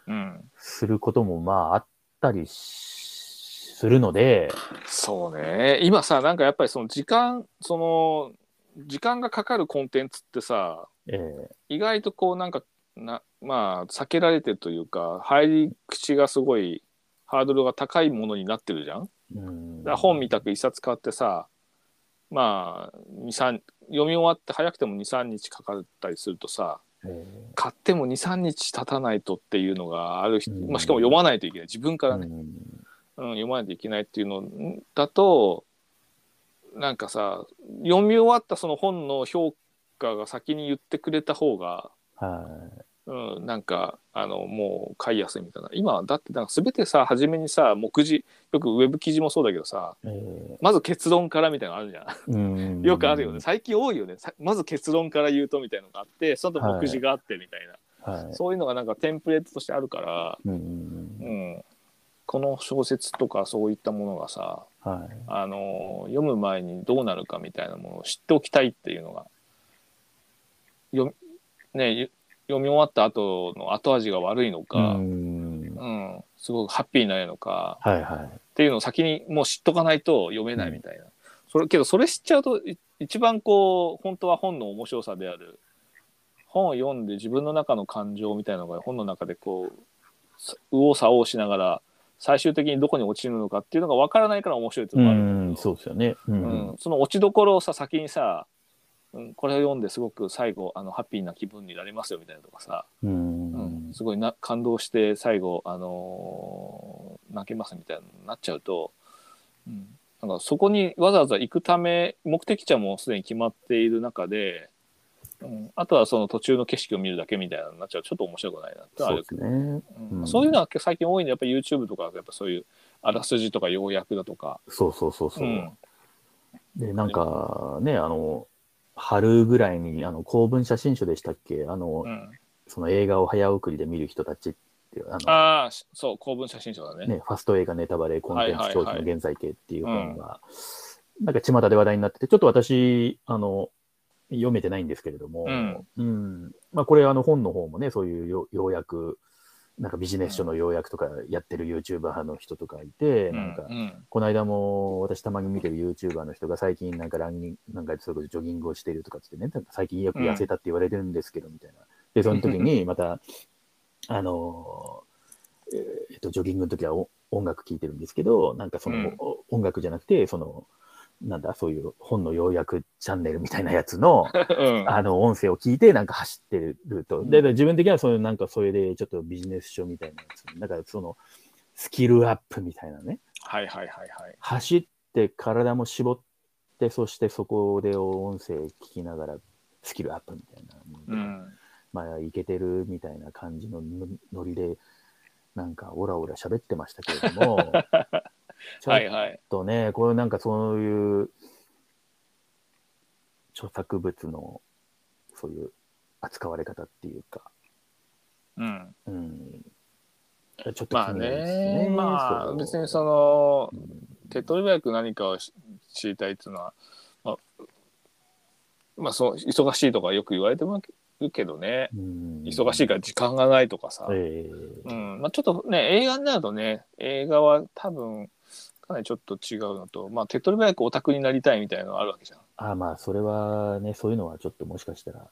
Speaker 1: うん、
Speaker 2: することも、まあ、あったりしするので、
Speaker 1: そうね今さなんかやっぱりその時間その時間がかかるコンテンツってさ
Speaker 2: ええ
Speaker 1: 意外とこうなんかなまあ避けられてるというか入り口がすごいハードルが高いものになってるじゃん。
Speaker 2: うん
Speaker 1: だから本みたく一冊買ってさまあ23読み終わって早くても23日かかったりするとさ
Speaker 2: え
Speaker 1: 買っても23日経たないとっていうのがある人、
Speaker 2: うん
Speaker 1: まあ、しかも読まないといけない自分か
Speaker 2: え
Speaker 1: らね、うん読まないといけないっていうのだとなんかさ読み終わったその本の評価が先に言ってくれた方が、
Speaker 2: はい。
Speaker 1: うん、なんかあのもう買いやすいみたいな今だってなんか全てさ初めにさ目次よくウェブ記事もそうだけどさ
Speaker 2: ええ
Speaker 1: まず結論からみたいなのあるじゃん。
Speaker 2: うん
Speaker 1: よくあるよね。。最近多いよね。さまず結論から言うとみたいのがあって、その後目次があってみたいな、
Speaker 2: はい。
Speaker 1: そういうのがなんかテンプレートとしてあるから、
Speaker 2: うん
Speaker 1: うん、この小説とかそういったものがさ、
Speaker 2: はい。
Speaker 1: あの読む前にどうなるかみたいなものを知っておきたいっていうのが、読みねゆ読み終わった後の後味が悪いのか、う、
Speaker 2: うんん
Speaker 1: すごくハッピーになれるのか、
Speaker 2: はいはい。
Speaker 1: っていうのを先にもう知っとかないと読めないみたいな、それけどそれ知っちゃうとい一番こう本当は本の面白さである本を読んで自分の中の感情みたいなのが本の中でこうさ右往左往しながら最終的にどこに落ちるのかっていうのが分からないから面白いっていううのもあるんだけど
Speaker 2: ん、そうですよね。う
Speaker 1: うん
Speaker 2: ん。
Speaker 1: その落ちどころをさ先にさ、うん、これを読んですごく最後あのハッピーな気分になりますよみたいなとかさ、
Speaker 2: う
Speaker 1: うんん、。すごいな感動して最後、あのー泣けますみたいになっちゃうと、うん、なんかそこにわざわざ行くため目的地はもうすでに決まっている中で、うん、あとはその途中の景色を見るだけみたいなのになっちゃうとちょっと面白くないなってのはあ
Speaker 2: そう
Speaker 1: る
Speaker 2: ですね。
Speaker 1: うん
Speaker 2: うん
Speaker 1: そういうのは最近多いんでやっぱり YouTube とかやっぱそういうあらすじとか要約だとか。
Speaker 2: そうそうそうそうう。
Speaker 1: ん
Speaker 2: で、なんかね、あの、春ぐらいに、あの、公文写真集でしたっけあの
Speaker 1: う、ん
Speaker 2: その映画を早送りで見る人たちっていう、あの、
Speaker 1: ああしそう公文写真賞だね。
Speaker 2: ね、ファスト映画ネタバレコンテンツ消費の現在形っていう
Speaker 1: はいはいはい
Speaker 2: 本が、なんか巷で話題になってて、ちょっと私、あの、読めてないんですけれども、
Speaker 1: うん
Speaker 2: うんまあこれ、あの、本の方もね、そういうよ要約、なんかビジネス書の要約とかやってる YouTuber の人とかいて、
Speaker 1: うん
Speaker 2: なんか
Speaker 1: う、ん
Speaker 2: この間も私たまに見てる YouTuber の人が最近なんかランニング、なんかそれこそジョギングをしているとかっつってね、なんか最近よく痩せたって言われてるんですけど、みたいな。で、その 時にまた、あのー、えーっと、ジョギングの時はお音楽聴いてるんですけど、なんかその、
Speaker 1: うん
Speaker 2: お音楽じゃなくて、その、なんだ、そういう本の要約チャンネルみたいなや つの、
Speaker 1: うん
Speaker 2: あの、音声を聞いて、なんか走ってると。で、
Speaker 1: うん
Speaker 2: で自分的には、そういう、なんか、それで、ちょっとビジネス書みたいなやつ。だから、その、スキルアップみたいなね。
Speaker 1: はいはいはいはい。
Speaker 2: 走って体も絞ってそしてそこで音声聞きながらスキルアップみたいな、
Speaker 1: うん
Speaker 2: まあいけてるみたいな感じののノリでなんかオラオラ喋ってましたけれど もちょ
Speaker 1: はい
Speaker 2: っ
Speaker 1: はい。
Speaker 2: とねこれなんかそういう著作物のそういう扱われ方っていうか、
Speaker 1: うん
Speaker 2: うん、ちょっと気
Speaker 1: まあ
Speaker 2: になります
Speaker 1: ね、
Speaker 2: ね
Speaker 1: まあ別にそ
Speaker 2: の、
Speaker 1: の
Speaker 2: うん
Speaker 1: 手っ取り早く何かをし知りたいっていうのは、まあ、まあそう忙しいとかよく言われてもるけどね、
Speaker 2: うん
Speaker 1: 忙しいから時間がないとかさ、
Speaker 2: ええ
Speaker 1: うんまあ、ちょっとね映画になるとね映画は多分かなりちょっと違うのと、まあ、手っ取り早くオタクになりたいみたいなのがあるわけじゃん。
Speaker 2: ああまあ、それはね、そういうのはちょっともしかしたら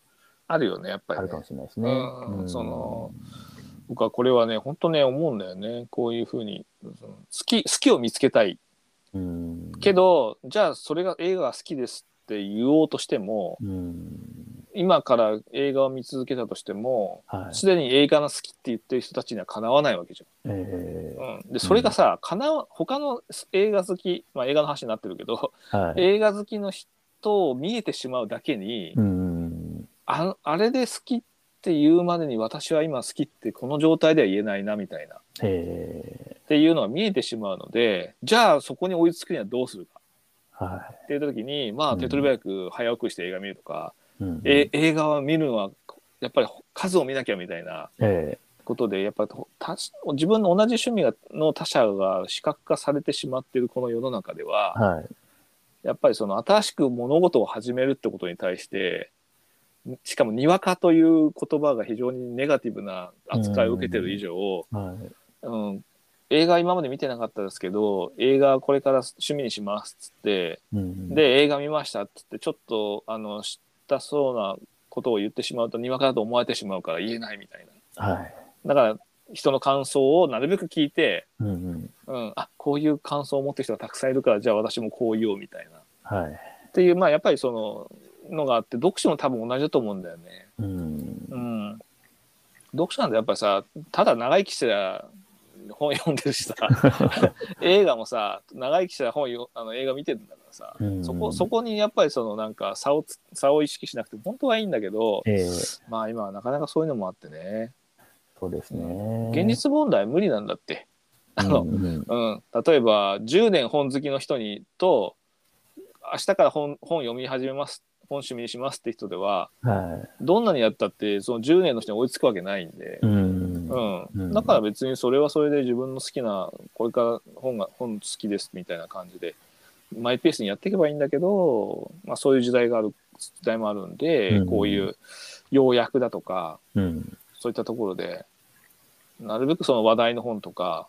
Speaker 1: あるよね、やっぱ
Speaker 2: あ
Speaker 1: り、
Speaker 2: る
Speaker 1: ね
Speaker 2: か。もしれないですね。
Speaker 1: うんその僕はこれはね、本当ね、思うんだよね。こういうふうに、その好き、好きを見つけたい。
Speaker 2: うん、
Speaker 1: け
Speaker 2: ど、
Speaker 1: ど、じゃあ、それが映画が好きですって言おうとしても、
Speaker 2: うん、
Speaker 1: 今から映画を見続けたとしても、
Speaker 2: はい。
Speaker 1: すでに映画が好きって言ってる人たちにはかなわないわけじ
Speaker 2: ええ
Speaker 1: ゃん。うん、で、それがさ、かなわ、他の映画好き、まあ映画の話になってるけど、
Speaker 2: はい。
Speaker 1: 映画好きの人を見えてしまうだけに、
Speaker 2: うん、
Speaker 1: ああれで好きって言うまでに私は今好きってこの状態では言えないなみたいなっ
Speaker 2: ええ
Speaker 1: ていうのが見えてしまうのでじゃあそこに追いつくにはどうするか
Speaker 2: は
Speaker 1: って言った時にま
Speaker 2: う
Speaker 1: あ
Speaker 2: ん
Speaker 1: 手っ取り早く早送りして映画見るとか、
Speaker 2: い。うん、
Speaker 1: え映画は見るのはやっぱり数を見なきゃみたいな
Speaker 2: え
Speaker 1: ことでやっぱ他自分の同じ趣味がの他者が視覚化されてしまっているこの世の中では
Speaker 2: えはい。
Speaker 1: やっぱりその新しく物事を始めるってことに対してしかもにわかという言葉が非常にネガティブな扱いを受けてる以上、
Speaker 2: はい。
Speaker 1: うん映画今まで見てなかったですけど映画これから趣味にしますっつって
Speaker 2: うん、、
Speaker 1: で映画見ましたっつってちょっとあの知ったそうなことを言ってしまうとにわかだと思われてしまうから言えないみたい
Speaker 2: はい。
Speaker 1: なだから人の感想をなるべく聞いて、
Speaker 2: うん、うん、
Speaker 1: うん、あこういう感想を持ってる人がたくさんいるからじゃあ私もこう言おうみたいな。
Speaker 2: はい。
Speaker 1: っていうまあやっぱりそののがあって読書も多分同じだと思うんだよね。
Speaker 2: うん、
Speaker 1: うん、読書なんてやっぱさただ長生きしてりゃ本読んでる しさ映画もさ長生きしてりゃ本よあの映画見てるんだからさ、
Speaker 2: うん
Speaker 1: そこそこにやっぱりそのなんか差をつ差を意識しなくて本当はいいんだけど、
Speaker 2: ええ
Speaker 1: まあ今はなかなかそういうのもあってね
Speaker 2: そうですね。
Speaker 1: 現実問題無理なんだって。あの
Speaker 2: うんうん、
Speaker 1: うん、例えば10年本好きの人にと明日から本本読み始めます本趣味にしますって人では
Speaker 2: は
Speaker 1: どんなにやったってその10年の人に追いつくわけないんで
Speaker 2: い。、うん
Speaker 1: う、ん
Speaker 2: うん
Speaker 1: だから別にそれはそれで自分の好きなこれから本が本好きですみたいな感じでマイペースにやっていけばいいんだけど、まあ、そういう時代がある時代もあるんで、
Speaker 2: うん
Speaker 1: こういう要約だとか
Speaker 2: うん、
Speaker 1: そういったところで、なるべくその話題の本とか、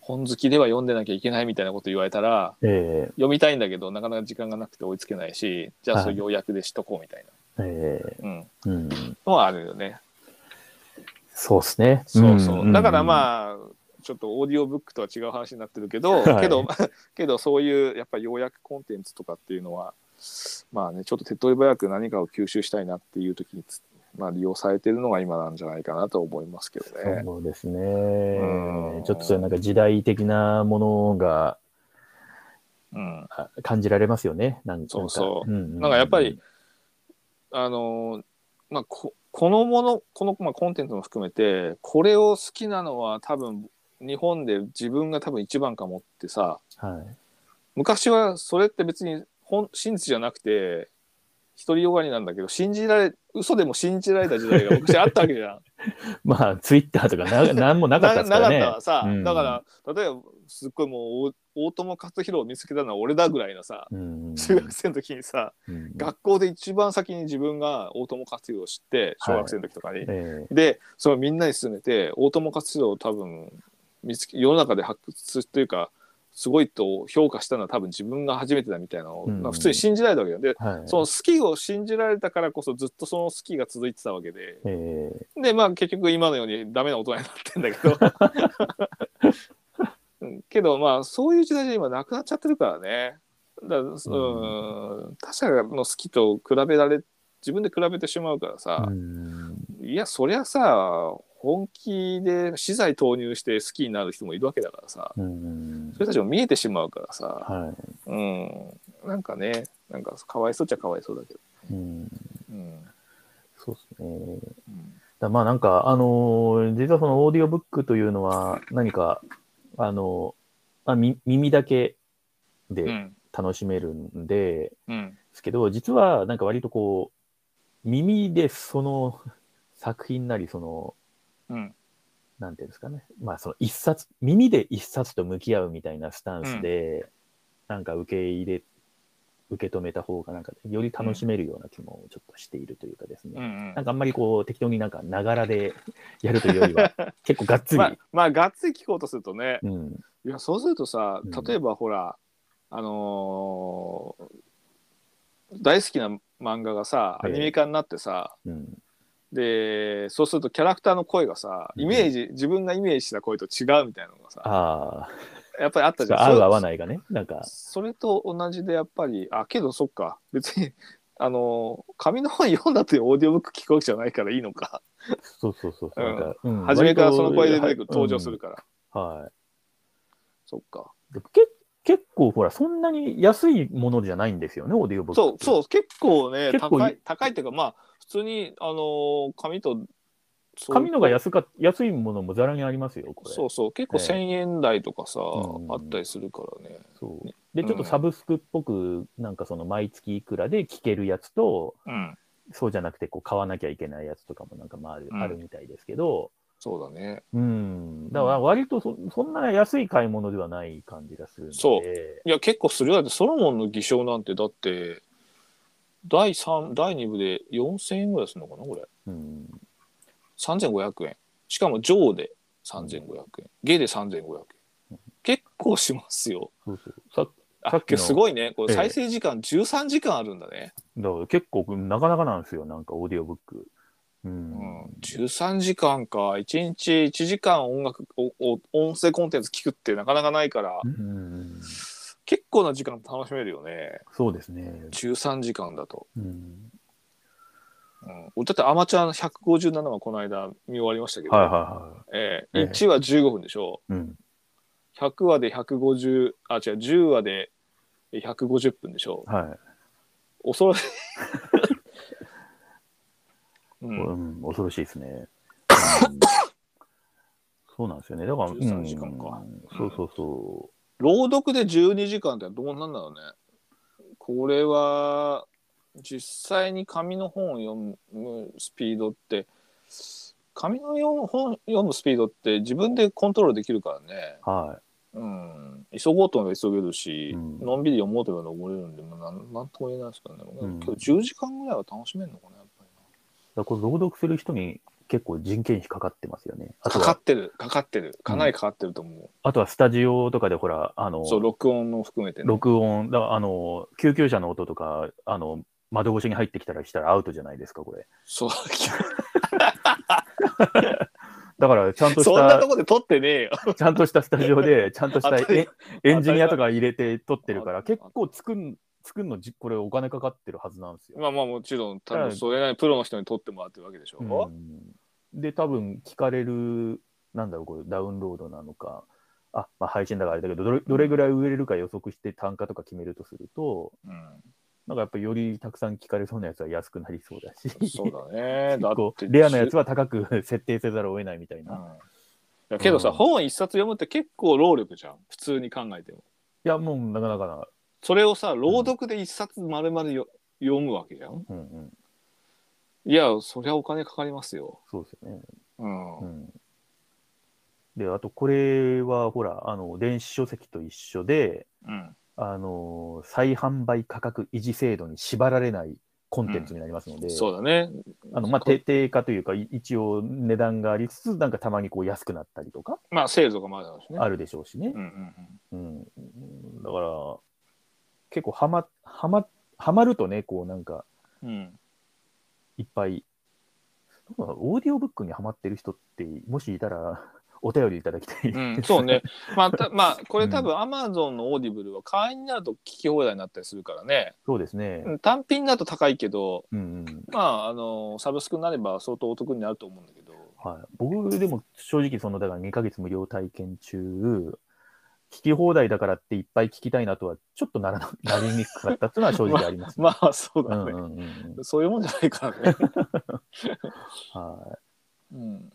Speaker 1: 本好きでは読んでなきゃいけないみたいなこと言われたら、
Speaker 2: ええ
Speaker 1: 読みたいんだけど、なかなか時間がなくて追いつけないし、じゃあ
Speaker 2: はい
Speaker 1: そういう要約でしとこうみたい
Speaker 2: ええ
Speaker 1: な、うん、
Speaker 2: うん、
Speaker 1: のはあるよね。
Speaker 2: そうですね。
Speaker 1: そうそう。だから
Speaker 2: あ、
Speaker 1: まあ、ちょっとオーディオブックとは違う話になってるけど、
Speaker 2: はい
Speaker 1: けど、 けどそういうやっぱり要約コンテンツとかっていうのは、まあね、ちょっと手っ取り早く何かを吸収したいなっていう時につ、まあ、利用されてるのが今なんじゃないかなと思いますけどね。
Speaker 2: そうですね。
Speaker 1: うん
Speaker 2: ちょっとそういうなんか時代的なものが
Speaker 1: うん
Speaker 2: あ感じられますよね。なんか
Speaker 1: そうそう
Speaker 2: なんか,、うん
Speaker 1: なんかやっぱり、あのーまあここのものこの、まあ、コンテンツも含めてこれを好きなのは多分日本で自分が多分一番かもってさ
Speaker 2: はい、
Speaker 1: 昔はそれって別に本真実じゃなくて独りよがりなんだけど信じられ嘘でも信じられた時代が昔あったわけじ ゃん。
Speaker 2: まあツイッターと かななんもなかったですか
Speaker 1: な
Speaker 2: ら
Speaker 1: な
Speaker 2: ね。
Speaker 1: かったさ、
Speaker 2: うん
Speaker 1: だから例えばすっごいもう大大友克洋を見つけたのは俺だぐらいのさ
Speaker 2: うん、
Speaker 1: 中学生の時にさ、
Speaker 2: うん
Speaker 1: 学校で一番先に自分が大友克洋を知って小学生の時とかに、
Speaker 2: ええ
Speaker 1: でそれをみんなに勧めて大友克洋を多分見つけ世の中で発掘というかすごいと評価したのは多分自分が初めてだみたいなのを、
Speaker 2: うん
Speaker 1: まあ、普通に信じられたわけよで
Speaker 2: はい、
Speaker 1: その好きを信じられたからこそずっとその好きが続いてたわけで
Speaker 2: ええ
Speaker 1: でまあ結局今のようにダメな大人になってんだ けど。うんけどまあそういう時代じゃ今なくなっちゃってるからね。だからそうん、他者の好きと比べられ自分で比べてしまうからさ、
Speaker 2: うん
Speaker 1: いやそりゃさ本気で資材投入して好きになる人もいるわけだからさ
Speaker 2: うん
Speaker 1: それたちも見えてしまうからさ、
Speaker 2: は
Speaker 1: うん、なんかねなんかかわいそうっちゃかわいそうだけど。
Speaker 2: い、うん、
Speaker 1: うん
Speaker 2: そうですね。
Speaker 1: うん
Speaker 2: だまあなんか、あのー実はそのオーディオブックというのは何か、あのーまあ、み耳だけ
Speaker 1: う
Speaker 2: で
Speaker 1: ん
Speaker 2: 楽しめるんで
Speaker 1: うん
Speaker 2: すけど、実はなんか割とこう、耳でその 作品なり、その、
Speaker 1: うん
Speaker 2: なんていうんですかね、まあその一冊、耳で一冊と向き合うみたいなスタンスで、なんか受け入れ、受け止めた方がなんか、より楽しめるような気もちょっとしているというかですね。
Speaker 1: うんうん
Speaker 2: なんかあんまりこう適当になん か ながらでやるというよりは結構がっつり、
Speaker 1: まあ、まあ、がっつり聞こうとするとね、
Speaker 2: うん、
Speaker 1: いやそうするとさ
Speaker 2: うん
Speaker 1: 例えばほら、あのー大好きな漫画がさアニメ化になってさ、
Speaker 2: うん。
Speaker 1: でそうするとキャラクターの声がさイメージ、自分がイメージした声と違うみたいなのがさ
Speaker 2: ああ、
Speaker 1: やっぱりあったじゃん
Speaker 2: 合う合わ
Speaker 1: い
Speaker 2: ないがね、なんか、
Speaker 1: それと同じでやっぱりあけどそっか別に あのー紙の本読んだってオーディオブック聞くわけじゃないからいいのか
Speaker 2: そうそうそうそう。
Speaker 1: うん
Speaker 2: なんかうん
Speaker 1: 初めからその声で出てくる
Speaker 2: 割と
Speaker 1: 登場するから、
Speaker 2: うんは
Speaker 1: そっか
Speaker 2: い。でけ結構、ほら、そんなに安いものじゃないんですよね、オーディオブック。。
Speaker 1: そうそうう結構ね
Speaker 2: 結構
Speaker 1: 高い高いっていうかまあ普通にあのー紙とそう
Speaker 2: 紙のが安か安いものもざらにありますよ、これ。
Speaker 1: そうそう結構
Speaker 2: ええ
Speaker 1: 1,000円台とかさ、
Speaker 2: うん
Speaker 1: あったりするからね
Speaker 2: そうで、ちょっとサブスクっぽく、なんかその毎月いくらで聴けるやつと、
Speaker 1: うん
Speaker 2: そうじゃなくてこう買わなきゃいけないやつとかもなんかまあある,、
Speaker 1: うん
Speaker 2: あるみたいですけど、
Speaker 1: そうだね
Speaker 2: うん、だから割とそそんな安い買い物ではない感じがするので、
Speaker 1: そういや結構するよだってソロモンの偽証なんてだって第三第2部で4,000円ぐらいするのかなこれ
Speaker 2: うん、
Speaker 1: 3500円しかも上で3500円下で3500円結構しますよ
Speaker 2: そうそう。さ
Speaker 1: あ
Speaker 2: さっきの
Speaker 1: すごいねこ
Speaker 2: え
Speaker 1: れ
Speaker 2: え
Speaker 1: 再生時間13時間あるんだね、
Speaker 2: だから結構なかなかなんですよ、なんかオーディオブック。うん。
Speaker 1: うん、13時間か1日1時間音楽おお音声コンテンツ聞くってなかなかないから
Speaker 2: うん
Speaker 1: 結構な時間楽しめるよね
Speaker 2: そうですね。
Speaker 1: 13時間だと、
Speaker 2: うん、
Speaker 1: うん、俺だってアマチュアの157はこの間見終わりましたけど、
Speaker 2: はいはいは
Speaker 1: え
Speaker 2: ええ
Speaker 1: 1話15分でしょ
Speaker 2: い。うん。
Speaker 1: 100話で150あ違う10話で150分でしょ
Speaker 2: はい。
Speaker 1: 恐 ろしい、う、
Speaker 2: うんん、恐ろしいですね。うんそうなんですよね。だから、
Speaker 1: 13時間か
Speaker 2: うんそうそうそ
Speaker 1: 朗読で12時間ってどうなんだろうねこれは実際に紙の本を読むスピードって紙の読む本読むスピードって自分でコントロールできるからね、
Speaker 2: う。はい。
Speaker 1: うん、急ごうと思えば急げるし、
Speaker 2: うん
Speaker 1: のんびり読もうと思えば登れるんで、もうなんなんとも言えないですけどね、
Speaker 2: うん
Speaker 1: 今日10時間ぐらいは楽しめるのかなやっぱり
Speaker 2: だからこれ朗読する人に結構人件費かかってますよね。あ
Speaker 1: な
Speaker 2: と
Speaker 1: かか
Speaker 2: は、
Speaker 1: ってるかかってるかなりかかってると思う、
Speaker 2: あとはスタジオとかでほら、あの、
Speaker 1: そう録音も含めてね
Speaker 2: 録音、だからあの、救急車の音とか、あの、窓越しに入ってきたらしたらアウトじゃないですか、これ。
Speaker 1: そう
Speaker 2: だから、ちゃんとし
Speaker 1: そんなと
Speaker 2: た、
Speaker 1: こで撮ってねえよ
Speaker 2: ちゃんとしたスタジオで、ちゃんとし
Speaker 1: 当
Speaker 2: た
Speaker 1: たり
Speaker 2: エエンジニアとか入れて撮ってるから、
Speaker 1: 当たり
Speaker 2: 結構作ん、作んのじ、これお金かかってるはずなんですよ。
Speaker 1: まあまあもちろん多
Speaker 2: は
Speaker 1: 分
Speaker 2: い
Speaker 1: それなりにプロの人に撮ってもらってるわけでしょ、
Speaker 2: うんで、多分聞かれる、なんだろう、これ、ダウンロードなのか、あ、まあ、配信だからあれだけど、どれどれぐらい売れるか予測して単価とか決めるとすると、
Speaker 1: うん
Speaker 2: なんかやっぱりよりたくさん聞かれそうなやつは安くなりそうだし、
Speaker 1: そうだ ねだ
Speaker 2: こ
Speaker 1: っ
Speaker 2: う
Speaker 1: て
Speaker 2: レアなやつ
Speaker 1: は、
Speaker 2: は高く設定せざるを得ないみたい
Speaker 1: うん
Speaker 2: な。い
Speaker 1: いやけどさ、
Speaker 2: うん
Speaker 1: 本一冊読むって結構労力じゃん普通に考えても
Speaker 2: や、もうなかなかな。
Speaker 1: それをさ朗読で一冊丸々よ、読むわけじゃん
Speaker 2: うんうん。
Speaker 1: いやそりゃお金かかりますよ
Speaker 2: そうですよね。
Speaker 1: うん、
Speaker 2: うん。で、あとこれは、ほら、あの、電子書籍と一緒で、
Speaker 1: うん、
Speaker 2: あの、再販売価格維持制度に縛られないコンテンツになりますので、
Speaker 1: そうだね
Speaker 2: あのまあ、
Speaker 1: こ
Speaker 2: て定価というか、い一応値段がありつつ、なんかたまにこう安くなったりとか、
Speaker 1: まあ制度がまだあるしね
Speaker 2: あるでしょうしね
Speaker 1: う。んうん
Speaker 2: うん、だから、結構はま、はま、はまるとね、こうなんか、
Speaker 1: うんうん
Speaker 2: いっぱい、なんかオーディオブックにはまってる人って、もしいたら、お便りいただきたい。
Speaker 1: うん、そう ね。まあ、たまあこれ多分アマゾンのオーディブルは会員になると聞き放題になったりするからね、
Speaker 2: そうですね。
Speaker 1: うん単品だと高いけど
Speaker 2: うんうん。
Speaker 1: まああのサブスクになれば相当お得になると思うんだけど
Speaker 2: はい、僕でも正直そのだから2ヶ月無料体験中聞き放題だからっていっぱい聞きたいなとはちょっとなら ななりにくかったっていうのは正直あります、ね
Speaker 1: まあそうだ
Speaker 2: うん
Speaker 1: ね、
Speaker 2: うんうんうん
Speaker 1: そういうもんじゃない からね、
Speaker 2: は
Speaker 1: うん、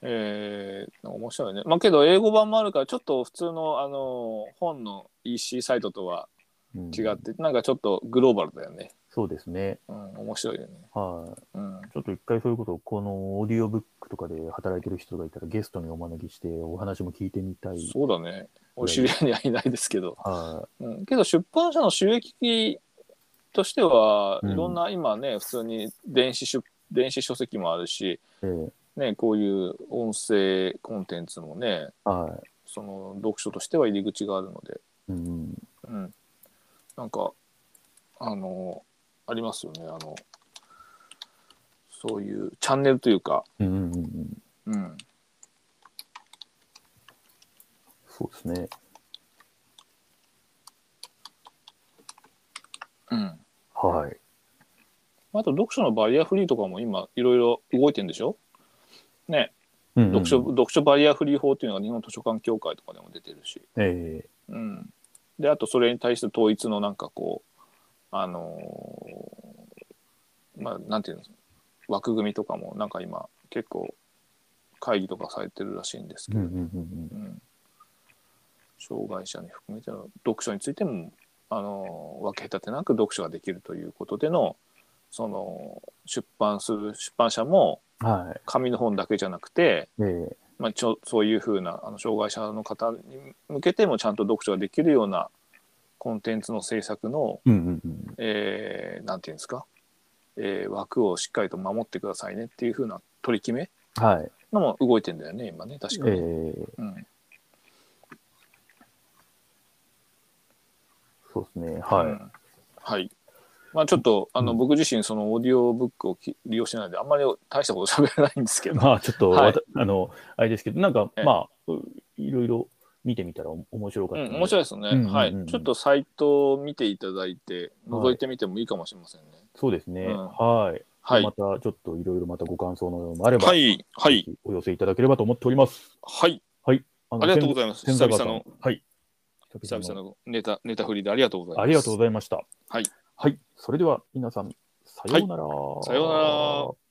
Speaker 1: えー、なんか面白いねまあけど英語版もあるからちょっと普通のあの本の EC サイトとはい
Speaker 2: うん
Speaker 1: 違って、なんかちょっとグローバルだよね、
Speaker 2: そうですね。
Speaker 1: うん、面白いよね、
Speaker 2: はい、
Speaker 1: うん、
Speaker 2: ちょっと一回そういうことを、このオーディオブックとかで働いてる人がいたらゲストにお招きしてお話も聞いてみたい。
Speaker 1: そうだねお知り合いにはいないですけど
Speaker 2: は
Speaker 1: うん、けど出版社の収益としては
Speaker 2: うん
Speaker 1: いろんな今ね、普通に電子出電子書籍もあるし、
Speaker 2: い、ええ
Speaker 1: ね、こういう音声コンテンツもね
Speaker 2: はい、
Speaker 1: その読書としては入り口があるので、
Speaker 2: うん。
Speaker 1: うん、なんかあのありますよねあのそういうチャンネルというか、
Speaker 2: うんうんうん。
Speaker 1: うん、
Speaker 2: そうですね。
Speaker 1: うん、
Speaker 2: はい。
Speaker 1: あと読書のバリアフリーとかも今いろいろ動いてるんでしょね、
Speaker 2: うん
Speaker 1: 読書読書バリアフリー法っていうのが日本図書館協会とかでも出てるし、
Speaker 2: ええ
Speaker 1: うん、であとそれに対する統一のなんかこうあのーまあなんていうの枠組みとかもなんか今結構会議とかされてるらしいんですけど、
Speaker 2: うんうんうん
Speaker 1: うん障害者に含めての読書についてもあの分け隔てなく読書ができるということでのその出版する出版社も
Speaker 2: うん。はい。
Speaker 1: 紙の本だけじゃなくて、
Speaker 2: ええ
Speaker 1: まあ、ちょそういうふうなあの障害者の方に向けてもちゃんと読書ができるようなコンテンツの制作の、
Speaker 2: うんうんうん。
Speaker 1: えーなんていうんですか、えー枠をしっかりと守ってくださいねっていうふうな取り決め
Speaker 2: はい。
Speaker 1: のも動いてんだよね今ね確か
Speaker 2: ええ
Speaker 1: に。うん
Speaker 2: そうですね。はい。
Speaker 1: うんはい。まあちょっとあの、
Speaker 2: うん
Speaker 1: 僕自身そのオーディオブックをき利用してないのであんまり大したこと喋れないんですけど、
Speaker 2: まあちょっと、
Speaker 1: はい
Speaker 2: わたあの、あれですけど、なんか、
Speaker 1: ええ
Speaker 2: まあ、ういろいろ見てみたらお面白か
Speaker 1: う
Speaker 2: った、
Speaker 1: ん、面白いですよね、
Speaker 2: うんうんうん
Speaker 1: はい。ちょっとサイトを見ていただいて覗いてみてもいいかもしれませんね。
Speaker 2: そうですね。
Speaker 1: うん
Speaker 2: はい。
Speaker 1: はい。
Speaker 2: ま
Speaker 1: はい。
Speaker 2: た、ちょっといろいろまたご感想のようもあれば、
Speaker 1: は
Speaker 2: ぜ
Speaker 1: い。はい。
Speaker 2: ひお寄せいただければと思っております。あ
Speaker 1: ありがとうご
Speaker 2: い
Speaker 1: ざいます。久々の、。
Speaker 2: はい。
Speaker 1: 久々のネタ、ネタ振りでありがとうございます。
Speaker 2: ありがとうご
Speaker 1: ざい
Speaker 2: ざいました。
Speaker 1: はい。
Speaker 2: はい。それでは、皆さん、さようなら。
Speaker 1: さようなら。